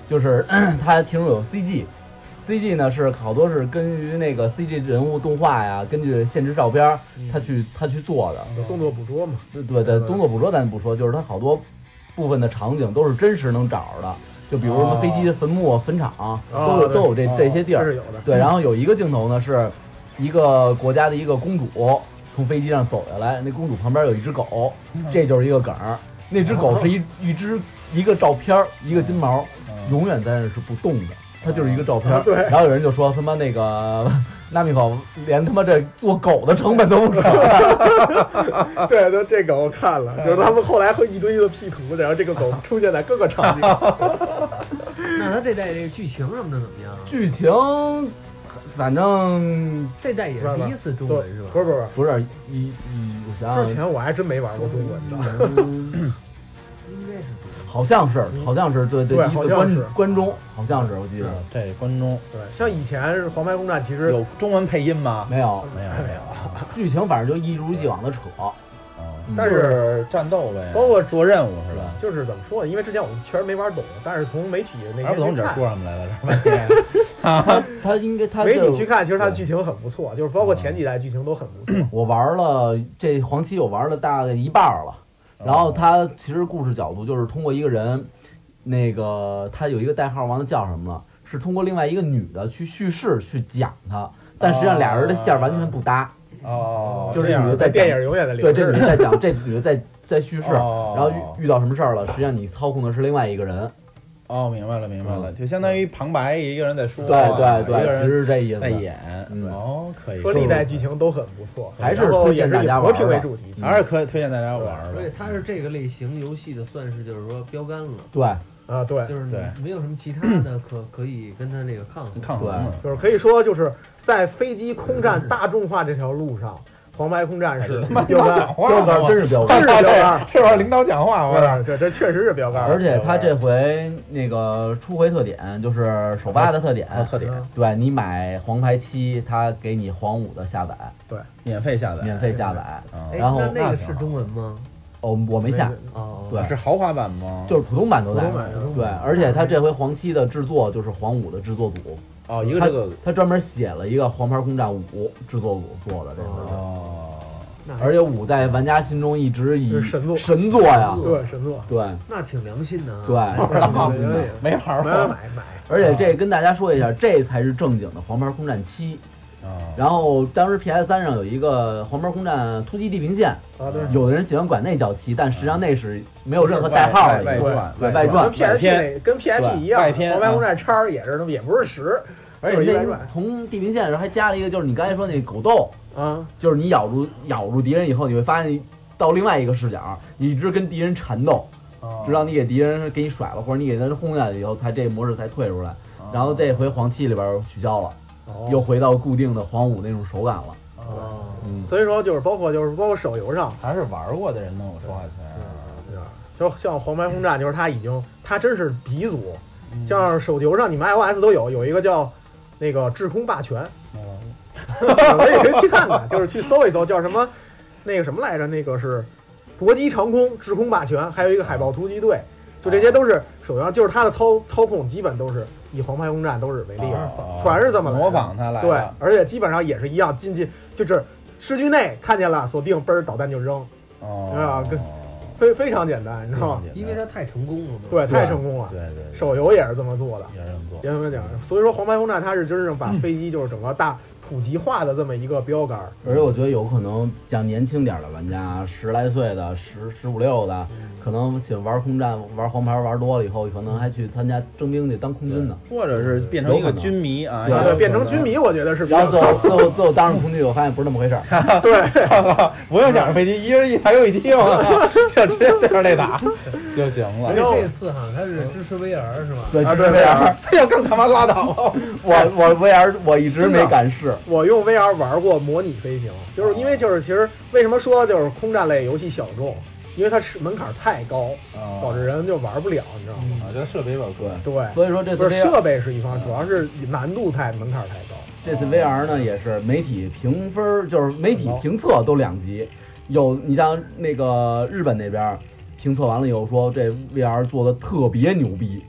Speaker 4: 就是 [clears throat] 咳它其中有 CG。CG 呢是好多是根据那个 CG 人物动画呀，根据现实照片儿，
Speaker 1: 嗯
Speaker 4: 他去他去做的。
Speaker 3: 有动作捕捉嘛，
Speaker 4: 对对对，
Speaker 3: 对
Speaker 4: 动作捕捉咱不说，就是它好多部分的场景都是真实能找着的，就比如什么飞机的坟墓、啊坟场，都有
Speaker 3: 哦对
Speaker 4: 都有这
Speaker 1: 哦
Speaker 4: 这些地
Speaker 3: 这
Speaker 4: 儿
Speaker 3: 是。有的。
Speaker 4: 对，然后有一个镜头呢，是一个国家的一个公主从飞机上走下来，那公主旁边有一只狗，
Speaker 3: 嗯
Speaker 4: 这就是一个梗儿。那只狗
Speaker 3: 哦
Speaker 4: 是一一只一个照片儿，一个金毛，
Speaker 1: 嗯
Speaker 4: 永远在那是不动的，它就是一个照片儿。
Speaker 3: 哦对
Speaker 4: 然后有人就说他妈那个 [laughs] 纳米口连他妈这做狗的成本都不省，
Speaker 3: 对，都这个我看了，就是他们后来会一堆一堆的 P 图，然后这个狗出现在各个场景。
Speaker 2: 那他这代这个剧情什么的怎么样啊？
Speaker 4: 剧情，反正
Speaker 2: 这代也是第一次中文是吧？
Speaker 3: 不是不是
Speaker 4: 不是一一，我
Speaker 3: 不
Speaker 4: 想
Speaker 3: 是，之
Speaker 4: 想，
Speaker 3: 前我还真没玩过中文的。
Speaker 4: 嗯
Speaker 2: 应该是中文
Speaker 4: 好像是，好像是，对
Speaker 3: 嗯对
Speaker 4: 一
Speaker 3: 好
Speaker 4: 个
Speaker 3: 像是嗯
Speaker 4: 关关中，好像是，我记得
Speaker 1: 这关中
Speaker 3: 对，像以前是黄牌攻占，其实
Speaker 1: 有中文配音吗？
Speaker 4: 没有
Speaker 1: 没有没有啊，
Speaker 4: 剧情，反正就一如既往的扯，
Speaker 1: 嗯
Speaker 3: 但
Speaker 1: 就是是战斗呗，
Speaker 3: 包括
Speaker 1: 做任务是吧？
Speaker 3: 就是怎么说呢？因为之前我们确实没玩懂，但是从媒体那
Speaker 1: 而
Speaker 3: 边
Speaker 1: 不懂
Speaker 3: 去
Speaker 1: 这
Speaker 3: 看，
Speaker 1: 说什么来了，这半天。
Speaker 4: 他他应该他
Speaker 3: 媒
Speaker 4: 就
Speaker 3: 体去看，其实它的剧情很不错，就是包括前几代剧情都很不错。
Speaker 4: 我玩了这黄旗，我玩了大概一半儿了。
Speaker 3: 哦
Speaker 1: 嗯
Speaker 4: 然后他其实故事角度就是通过一个人，那个他有一个代号，忘了叫什么了，是通过另外一个女的去叙事去讲他，但实际上俩人的线儿完全不搭。
Speaker 1: 哦，
Speaker 4: 就是
Speaker 1: 这样
Speaker 4: 你
Speaker 3: 在电影永远在
Speaker 4: 对，
Speaker 3: 流
Speaker 4: 这
Speaker 3: 逝
Speaker 4: 女。的在
Speaker 3: [laughs]
Speaker 4: 讲，这女的在在叙事，
Speaker 1: 哦
Speaker 4: 然后遇遇到什么事儿了，实际上你操控的是另外一个人。
Speaker 1: 哦，明白了明白了，就相当于旁白，一个人在说
Speaker 4: 对
Speaker 1: 话，
Speaker 4: 对
Speaker 1: 一个
Speaker 4: 对，其
Speaker 1: 人
Speaker 4: 实是这意思
Speaker 1: 在。演。
Speaker 4: 嗯
Speaker 1: 哦，可以。
Speaker 3: 说历代剧情都很不错，
Speaker 4: 还是
Speaker 3: 然后
Speaker 4: 推
Speaker 3: 也
Speaker 4: 荐
Speaker 3: 是
Speaker 4: 大
Speaker 3: 以
Speaker 4: 家
Speaker 3: 和
Speaker 4: 玩
Speaker 3: 平为
Speaker 4: 吧
Speaker 3: 主题。
Speaker 1: 还是可以推荐大家玩儿
Speaker 2: 而且
Speaker 1: 的。
Speaker 2: 它是这个类型游戏的，算是就是说标杆了，
Speaker 4: 对，
Speaker 3: 啊，对，
Speaker 2: 就是
Speaker 1: 对
Speaker 2: 没有什么其他的可可以跟它那个抗衡。
Speaker 1: 抗衡了，
Speaker 3: 就是可以说就是在飞机空战大众化这条路上，黄牌空战是标杆，
Speaker 1: 话
Speaker 4: 标杆真是标
Speaker 3: 真
Speaker 4: 杆
Speaker 3: 是。标杆。
Speaker 1: 是吧？领导讲话，我操
Speaker 3: 嗯这这确实是标杆。
Speaker 4: 而且他这回那个初回特点就是首发的特点，
Speaker 1: 啊特点
Speaker 4: 对你买黄牌七，他给你黄五的下载，
Speaker 1: 免费下载，
Speaker 4: 免费下载。
Speaker 1: 啊
Speaker 2: 哎，
Speaker 4: 然后
Speaker 2: 那那
Speaker 1: 那
Speaker 2: 个
Speaker 1: 挺
Speaker 2: 是
Speaker 1: 好
Speaker 2: 中文吗？
Speaker 4: 哦，我没下，
Speaker 2: 哦，
Speaker 4: 对
Speaker 1: 是豪华版吗？
Speaker 4: 啊就是普通版都在
Speaker 3: 普通版普通。
Speaker 4: 对，而且他这回黄七的制作就是黄五的制作组，
Speaker 1: 哦，一个
Speaker 4: 他
Speaker 1: 这个
Speaker 4: 他专门写了一个《黄牌空战五》制作组做的这个。
Speaker 1: 哦，
Speaker 2: 那还
Speaker 4: 而且五在玩家心中一直以
Speaker 3: 是神作
Speaker 4: 神作呀，
Speaker 3: 对神作，
Speaker 4: 对
Speaker 2: 那挺良心的啊。
Speaker 4: 对，
Speaker 2: [laughs]
Speaker 1: 没玩儿
Speaker 3: 买
Speaker 1: 过
Speaker 3: 买买买。
Speaker 4: 而且这跟大家说一下，这才是正经的黄牌空战七。
Speaker 1: 啊，
Speaker 4: 然后当时 PS 三上有一个黄牌空战突击地平线，
Speaker 3: 啊，对，
Speaker 4: 有的人喜欢管那叫七，但实际上那是没有任何代号
Speaker 1: 外
Speaker 4: 的
Speaker 1: 外
Speaker 3: 嗯
Speaker 4: 一个，
Speaker 1: 传，
Speaker 4: 对
Speaker 1: 外
Speaker 4: 外
Speaker 1: 传
Speaker 3: 跟
Speaker 4: 传
Speaker 3: PSP 那跟 PSP 一样，
Speaker 1: 外篇啊
Speaker 3: 黄牌空战叉也是那么也不是十，
Speaker 4: 而
Speaker 3: 就是一
Speaker 4: 且
Speaker 3: 外
Speaker 4: 那
Speaker 3: 传
Speaker 4: 从地平线上还加了一个，就是你刚才说那狗斗，
Speaker 3: 啊，
Speaker 4: 就是你咬住咬住敌人以后，你会发现到另外一个视角，你一直跟敌人缠斗，直到你给敌人给你甩了，或者你给他轰下来以后，才这模式才退出来。
Speaker 1: 哦
Speaker 4: 然后这回黄七里边取消了，
Speaker 3: 啊
Speaker 4: 又回到固定的黄五那种手感了。
Speaker 2: 哦，
Speaker 4: 嗯，
Speaker 3: 所以说就是包括就是包括手游上，
Speaker 1: 还是玩过的人能有说话权啊。
Speaker 3: 就像黄牌轰炸，就是它已经它真是鼻祖，
Speaker 1: 嗯
Speaker 4: 嗯
Speaker 3: 像手游上你们 iOS 都有，有一个叫那个制空霸权，
Speaker 1: 嗯
Speaker 3: [laughs] 可以可以去
Speaker 1: [laughs]
Speaker 3: 看看，就是去搜一搜叫什么那个什么来着，那个是搏击长空制空霸权，还有一个海豹突击队。就
Speaker 1: 哦
Speaker 3: 这些都是首要，就是它的操操控基本都是以黄牌轰炸都是为例的，
Speaker 1: 哦
Speaker 3: 全是这么来的
Speaker 1: 模仿他来的
Speaker 3: 对，而且基本上也是一样，进进就是市区内看见了锁定，嘣儿导弹就扔，
Speaker 1: 哦
Speaker 3: 啊跟非非常简单，你知道吗？
Speaker 2: 因为它太成功了嘛。
Speaker 3: 对，太成功了。
Speaker 1: 嗯对对对
Speaker 3: 手游也是这么做的，
Speaker 1: 也是这么做，
Speaker 3: 也这么讲。所以说，黄牌轰炸它是真
Speaker 1: [laughs]
Speaker 3: 正把飞机就是整个大普及化的这么一个标杆儿。
Speaker 4: 而且我觉得有可能像年轻点儿的玩家，十来岁的、十十五六的，
Speaker 3: 嗯
Speaker 4: 可能喜欢玩空战、玩黄牌玩多了以后，可能还去参加征兵去当空军呢。
Speaker 1: 或者是变成一个军迷啊，
Speaker 4: 有可
Speaker 3: 啊，
Speaker 4: 能
Speaker 3: 对，变成军迷，我觉得是比
Speaker 4: 然后
Speaker 3: 较
Speaker 4: 最后最后最后当上空军，我发现不是那么
Speaker 3: [laughs]
Speaker 4: 回事儿。
Speaker 3: 啊对。
Speaker 1: 不用想着飞机，一人一台游戏机
Speaker 3: [laughs]
Speaker 1: 嘛，就直接在这儿内打就行
Speaker 2: 而
Speaker 1: 了。
Speaker 2: 且这次哈，它是支持 VR 是吧？
Speaker 4: 对，
Speaker 3: 啊，
Speaker 1: [laughs]
Speaker 4: 就 [laughs]
Speaker 3: 对
Speaker 4: 是这样。
Speaker 3: VR，
Speaker 4: 哦
Speaker 1: 要更他妈拉倒吧！
Speaker 4: 我我 VR 我一直没敢试，
Speaker 3: 我用 VR 玩过模拟飞行，就是因为就是其实为什么说就是空战类游戏小众，因为它是门槛太高，
Speaker 1: 啊，
Speaker 3: 导致人就玩不了，你知道吗？
Speaker 1: 啊，这设备有点贵，
Speaker 3: 对，
Speaker 4: 所以说这
Speaker 3: 不
Speaker 4: 次
Speaker 3: 是
Speaker 4: VR
Speaker 3: 设备是一方，主要是难度太门槛太高。
Speaker 4: 这次 VR 呢也是媒体评分儿，就是媒
Speaker 3: 嗯
Speaker 4: 体评测都两极，有你像那个日本那边儿评测完了以后说这 VR 做的特别牛逼，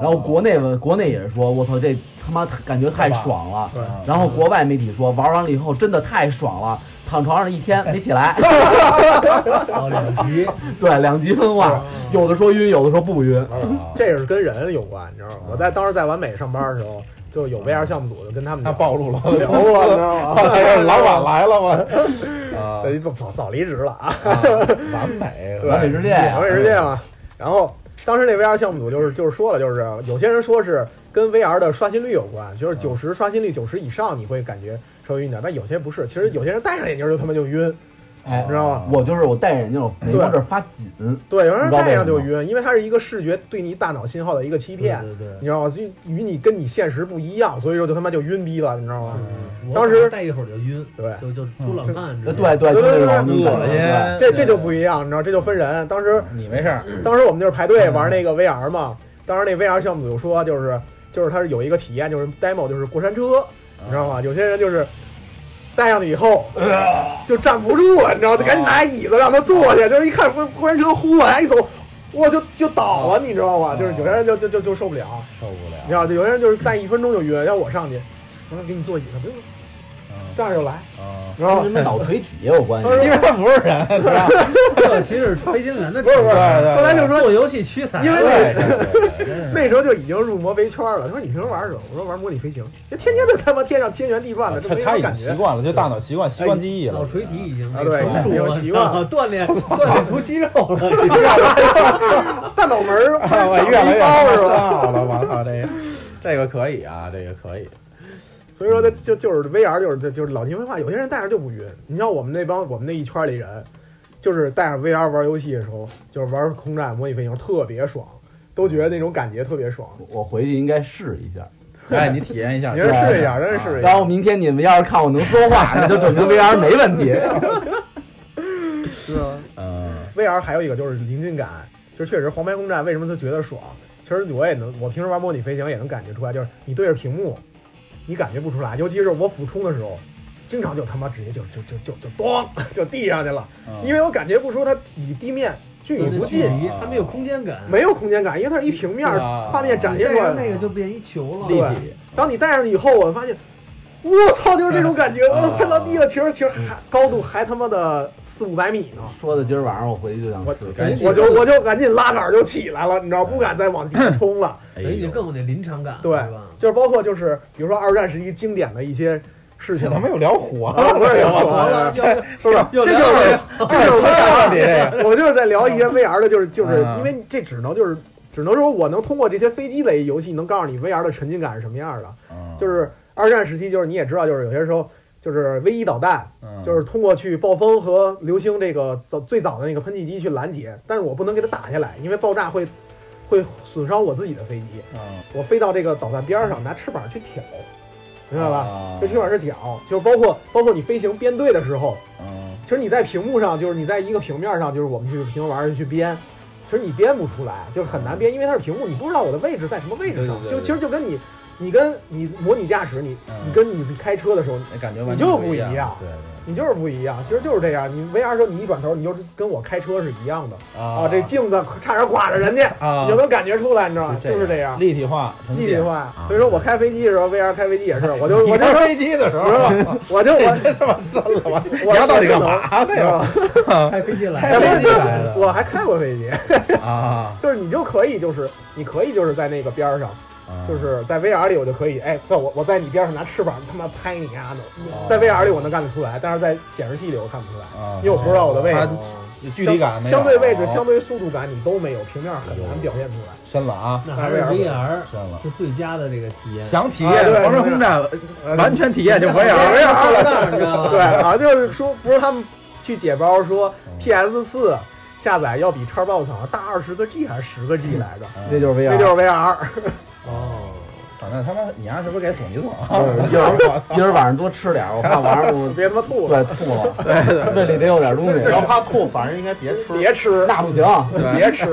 Speaker 1: 然
Speaker 4: 然后国内国内也说我操这他妈感觉太爽了，
Speaker 3: 对，
Speaker 1: 啊
Speaker 4: 然后国外媒体说玩完了以后真的太爽了，躺床上一天没起来，
Speaker 2: 哦，两极，
Speaker 4: [laughs] 对，两极分化，有的说晕，有的说不晕，
Speaker 1: 啊
Speaker 3: 这个是跟人有关，你知道吗？我在当时在完美上班的时候，就有 VR 项目组就跟他们
Speaker 1: 他
Speaker 3: 聊
Speaker 1: 暴露了， [laughs]
Speaker 3: 聊过，你知道吗？ [laughs]
Speaker 1: 老板来了吗？啊，
Speaker 3: 对，早早离职了啊。
Speaker 1: 啊完美，
Speaker 3: 对
Speaker 4: 完美之恋呀
Speaker 3: 完美世界嘛。啊然后当时那 VR 项目组就是就是说了，就是有些人说是跟 VR 的刷新率有关，就是九十刷新率九十以上你会感觉稍微晕点，但有些不是。其实有些人戴上眼镜就他妈就晕，
Speaker 4: 哎
Speaker 3: 知，道吗？
Speaker 4: 我就是我戴着眼镜，我眉毛这儿发紧，
Speaker 3: 对，有人
Speaker 4: 你知道
Speaker 3: 戴上就
Speaker 4: 为什
Speaker 3: 晕，因为它是嗯一个视觉对你大脑信号的一个欺骗，
Speaker 2: 对对
Speaker 3: 你知道吗？就与你跟你现实不一样，所以说就他妈就晕逼了，你知道
Speaker 2: 嗯
Speaker 3: 吗？
Speaker 2: 对，
Speaker 3: 当时
Speaker 2: 戴一会儿就晕，
Speaker 3: 对。
Speaker 2: 就就出冷汗，
Speaker 4: 呃对对，就
Speaker 3: 对对
Speaker 4: 那种
Speaker 3: 对
Speaker 1: 恶心，
Speaker 3: 这这就不一样，你知道，这就分人。当时
Speaker 1: 你没事儿，
Speaker 3: 当时我们就是排队玩那个 VR 嘛，当时那 VR 项目组说就是就是它是有一个体验，就是 demo 就是过山车，你知道吗？有些人就是戴上去以后就站不住了，你知道吗？就赶紧拿椅子让他坐下，就是一看过过山车呼往下一走，我就就倒了，你知道吗？就是有些人就就就就受不了，
Speaker 1: 受不
Speaker 3: 你
Speaker 1: 了
Speaker 3: 知，道，就有些人就是戴一分钟就晕，要我上去，我说给你坐椅子，不用，这样就来，
Speaker 1: 嗯啊，
Speaker 3: 你知道
Speaker 4: 跟
Speaker 3: 吗？
Speaker 4: 脑垂体也有关系。
Speaker 1: 因为他不是人，对
Speaker 2: 这 [laughs] 其实是飞行员的
Speaker 3: 不是不是，
Speaker 1: 对对
Speaker 3: 后来就说
Speaker 2: 做游戏屈才，
Speaker 3: 因为
Speaker 1: 对对对真是
Speaker 3: 那时候就已经入魔围圈了。他说你平时玩什么？我说玩模拟飞行，就天天在他妈天上天旋地转的，这
Speaker 1: 啊他
Speaker 3: 没什
Speaker 1: 他
Speaker 3: 么
Speaker 1: 已经
Speaker 3: 感
Speaker 1: 习
Speaker 3: 觉。
Speaker 1: 惯了，就大脑习
Speaker 3: 哎
Speaker 1: 惯习惯记忆
Speaker 2: 脑
Speaker 1: 了。
Speaker 2: 垂体已经
Speaker 3: 啊对
Speaker 2: 成熟
Speaker 3: 有
Speaker 2: 了，啊
Speaker 3: 习惯了
Speaker 2: 锻炼锻炼出肌肉
Speaker 3: [laughs]
Speaker 2: 了，
Speaker 3: 大脑门儿
Speaker 1: 啊我越来越
Speaker 3: 高是吧？
Speaker 1: 好了，我操，这个这个可以啊，这个可以。
Speaker 3: 所以说他就就是 VR 就是就就是老年文化，有些人戴上就不晕。你像我们那帮我们那一圈里人，就是戴上 VR 玩游戏的时候，就是玩空战模拟飞行特别爽，都觉得那种感觉特别爽。
Speaker 4: 我回去应该试一下。
Speaker 1: 哎，你体验一下，
Speaker 3: 您试一下，真是试一
Speaker 4: 然
Speaker 3: 下
Speaker 4: 后。明天你们要是看我能说话，那就证明 VR 没问题。 [laughs]
Speaker 3: 是啊
Speaker 1: 嗯，
Speaker 3: VR 还有一个就是临近感，就是确实黄牌空战为什么他觉得爽？其实我也能，我平时玩模拟飞行也能感觉出来，就是你对着屏幕，你感觉不出来，尤其是我俯冲的时候，经常就他妈直接就就就就就咣就地上去了，
Speaker 1: 啊嗯
Speaker 3: 因为我感觉不出它离地面距离不近，啊
Speaker 1: 近
Speaker 2: 他没有空间感，
Speaker 3: 没有空间感，因为它是一平面
Speaker 1: 对啊
Speaker 3: 画面展
Speaker 2: 你
Speaker 3: 现
Speaker 2: 戴
Speaker 3: 出来
Speaker 2: 上
Speaker 3: 的。
Speaker 2: 那个就变一球了，
Speaker 3: 对
Speaker 1: 立体，
Speaker 3: 当你戴上以后，我发现，我操，就是这种感觉，
Speaker 1: 啊
Speaker 3: 我看到地了，其实其实还高度还他妈的四五百米呢。
Speaker 4: 说的今儿晚上我回去就想
Speaker 3: 我
Speaker 4: 试。
Speaker 1: 赶紧
Speaker 3: 我就我就赶紧拉杆儿就起来了，你知
Speaker 1: 嗯
Speaker 3: 道，不敢再往底下冲
Speaker 1: [laughs]
Speaker 3: 了。
Speaker 1: 哎
Speaker 2: 等于就
Speaker 1: 呦，
Speaker 2: 更有那临场感了，
Speaker 3: 对
Speaker 2: 是
Speaker 1: 嗯
Speaker 2: 吧？
Speaker 3: 就是包括就是，比如说二战时期经典的一些事情
Speaker 1: 咱，们又聊火了， [laughs]
Speaker 3: 啊不是有
Speaker 1: 我操
Speaker 3: 火了
Speaker 2: 要
Speaker 3: 是不是？
Speaker 2: 又
Speaker 3: 这
Speaker 2: 聊
Speaker 3: 就是
Speaker 1: 哎
Speaker 3: 这就是 [laughs] VR，
Speaker 1: 你这个
Speaker 3: 我就是在聊一些 VR 的，就是就是
Speaker 1: 嗯
Speaker 3: 因为这只能就是只能说我能通过这些飞机类游戏能告诉你 VR 的沉浸感是什么样的。
Speaker 1: 嗯
Speaker 3: 就是二战时期，就是你也知道，就是有些时候就是 V 一导弹，
Speaker 1: 嗯
Speaker 3: 就是通过去暴风和流星这个早最早的那个喷气机去拦截，但是我不能给它打下来，因为爆炸会会损伤我自己的飞机。
Speaker 1: 嗯，
Speaker 3: 我飞到这个导弹边儿上，拿翅膀去挑，明白吧？
Speaker 1: 吧
Speaker 3: 这翅膀是挑，就是包括包括你飞行编队的时候，
Speaker 1: 嗯，
Speaker 3: 其实你在屏幕上，就是你在一个平面上，就是我们去平时玩儿去编，其实你编不出来，就是很难编，因为它是屏幕，你不知道我的位置在什么位置上。
Speaker 1: 对对对嗯
Speaker 3: 就
Speaker 1: 对
Speaker 3: 其实就跟你你跟你模拟驾驶，你你跟你开车的时候，
Speaker 1: 那感觉完
Speaker 3: 你
Speaker 1: 全
Speaker 3: 就
Speaker 1: 不
Speaker 3: 不一
Speaker 1: 样
Speaker 3: 样，
Speaker 1: 对
Speaker 3: 你就是不一样，其实就是这样。你 VR 时候你一转头，你就是跟我开车是一样的
Speaker 1: 对啊
Speaker 3: 啊，这镜子差点剐着人家，
Speaker 1: 啊
Speaker 3: 你就能感觉出来，你知道吗？
Speaker 1: 就
Speaker 3: 就是这样，
Speaker 1: 立体化，呈
Speaker 3: 立
Speaker 1: 现
Speaker 3: 体。化
Speaker 1: 啊。
Speaker 3: 所以说我开飞机的时候，VR 开飞机也是，我就
Speaker 1: [laughs] 你
Speaker 3: 我就
Speaker 1: 玩飞机的时候， [laughs]
Speaker 3: 我就我
Speaker 1: 这他妈深了吧？
Speaker 3: 我
Speaker 1: 你要到底干嘛呢
Speaker 3: 对吧？
Speaker 2: 开飞机来
Speaker 3: 开
Speaker 2: 了，
Speaker 3: 飞机
Speaker 1: 来了
Speaker 3: 我还开过飞机，
Speaker 1: 啊，
Speaker 3: 就是你就可以就是你可以就是在那个边儿上，
Speaker 1: 啊
Speaker 3: 就是在 VR 里我就可以，哎，在我我在你边上拿翅膀他妈拍你丫的，在 VR 里我能干得出来，但是在显示器里我看不出来，
Speaker 1: 啊，
Speaker 3: 因为我不知道我的位置。
Speaker 2: 哦
Speaker 1: 它距离感没有哦
Speaker 3: 相对位置、相对速度感你都没有，平面很难表现出来。
Speaker 1: 深了啊，
Speaker 2: 那还是 VR
Speaker 1: 深了。
Speaker 2: 是最佳的这个体验。
Speaker 1: 想体
Speaker 3: 啊
Speaker 1: 验
Speaker 3: 对
Speaker 1: 黄山空战，
Speaker 3: 呃
Speaker 1: 完全体验就可以
Speaker 2: 没
Speaker 1: 了。
Speaker 2: 有塑料袋儿，你知道吗？
Speaker 3: 对，啊，就是说不是他们去解包说
Speaker 1: 嗯
Speaker 3: PS 四下载要比
Speaker 4: 嗯
Speaker 3: Xbox 好像大二十个 G 还是十个 G 来着，
Speaker 4: 那就是
Speaker 3: 那就
Speaker 4: VR，
Speaker 3: 是 VR。
Speaker 2: 哦，
Speaker 1: 啊，那他妈你丫是不是给索尼做啊？
Speaker 4: 一会儿一会儿晚上多吃点儿，我怕晚上我
Speaker 3: 别他妈吐了，
Speaker 4: 对吐了，对胃里得有点东西，
Speaker 5: 然后怕吐，反正应该别吃。
Speaker 3: 别吃，
Speaker 4: 那不行，
Speaker 3: 别吃，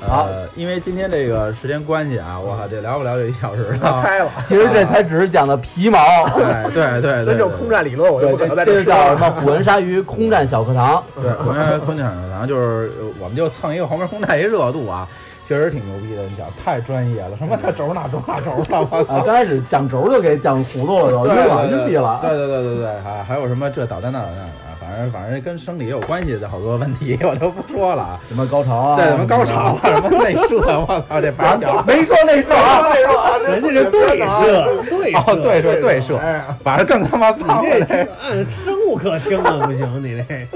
Speaker 4: 好
Speaker 1: 呃，因为今天这个时间关系啊，我靠，这聊不了就一小时了。
Speaker 3: 开了。
Speaker 4: 其实这才只是讲的皮毛。
Speaker 1: 对对对对，
Speaker 3: 真正空战理论，我就
Speaker 4: 对，
Speaker 3: 不可能在
Speaker 4: 这这就
Speaker 3: 说
Speaker 4: 叫什
Speaker 3: 了。
Speaker 4: 么？虎纹鲨鱼空战小课堂，
Speaker 1: [laughs] 对，我们空场然后就是呃我们就蹭一个黄门空战一热度啊，确实挺牛逼的。你想，太专业了，什么那轴哪轴哪轴了，我
Speaker 4: 啊，
Speaker 1: 操！
Speaker 4: 刚开始讲轴就给讲糊涂了，都
Speaker 1: 对
Speaker 4: 晕
Speaker 1: 对
Speaker 4: 了，晕
Speaker 1: 对
Speaker 4: 逼了。
Speaker 1: 对对对对对，还还有什么这导弹那导弹啊，反正反正跟生理也有关系的好多问题， [laughs] 我就不说了啊。
Speaker 4: 什么高潮啊？
Speaker 1: 对，什么高潮啊，什么内射，我操，这 [laughs] 白
Speaker 4: 啊？
Speaker 1: 聊。
Speaker 4: 没说那事儿啊，
Speaker 3: 那个啊，
Speaker 2: 人家是对射，对射
Speaker 1: 哦，对射对射，
Speaker 3: 哎，
Speaker 1: 反正更他妈操
Speaker 2: 你这
Speaker 1: 了。
Speaker 2: 这个按生物课听了不行，你这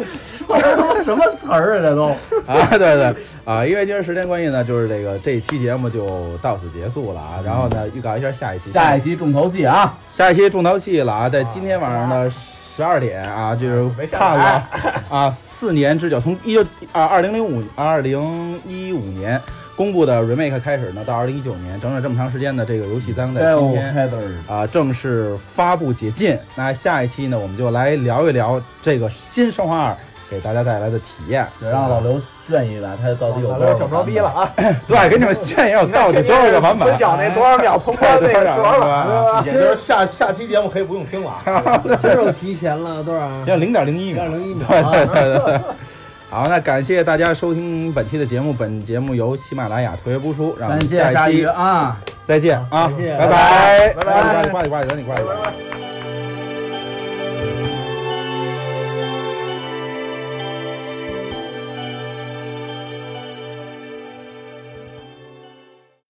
Speaker 4: 什么词儿啊？这都
Speaker 1: 啊，对对啊，因为今儿时间关系呢，就是这个这一期节目就到此结束了啊。然后呢，预告一下下一期，
Speaker 4: 下一期重头戏啊，
Speaker 1: 下一期重头戏了啊，在今天晚上的十二点啊，就是
Speaker 3: 没下
Speaker 1: 看
Speaker 3: 来
Speaker 1: 我啊，四年之久，从一九啊二零零五二零一五年公布的 remake 开始呢，到二零一九年，整整这么长时间的这个游戏将在今天。
Speaker 4: Taylor
Speaker 1: 啊，正式发布解禁。那下一期呢，我们就来聊一聊这个新《生化二》给大家带来的体验。
Speaker 4: 让老刘炫一把，他到底有
Speaker 3: 老
Speaker 4: 多少
Speaker 3: 刘小装逼了啊！
Speaker 1: 对，给你们炫耀到底多少个版本啊
Speaker 3: 分。享那啊多少啊秒通关那个折了，
Speaker 5: 也就是下下期节目可以不用听了啊。
Speaker 2: 肌肉提前了多少？
Speaker 1: 要零点零一秒。
Speaker 2: 1.01秒
Speaker 1: 对对对对对。好，那感谢大家收听本期的节目。本节目由喜马拉雅特约播出，让我
Speaker 4: 感
Speaker 1: 们
Speaker 4: 谢鲨
Speaker 1: 一
Speaker 4: 鱼
Speaker 1: 期
Speaker 4: 啊。
Speaker 1: 再见啊！
Speaker 2: 感谢
Speaker 1: 拜拜
Speaker 3: 拜拜
Speaker 1: 挂你挂你挂你挂你挂你。
Speaker 3: 拜拜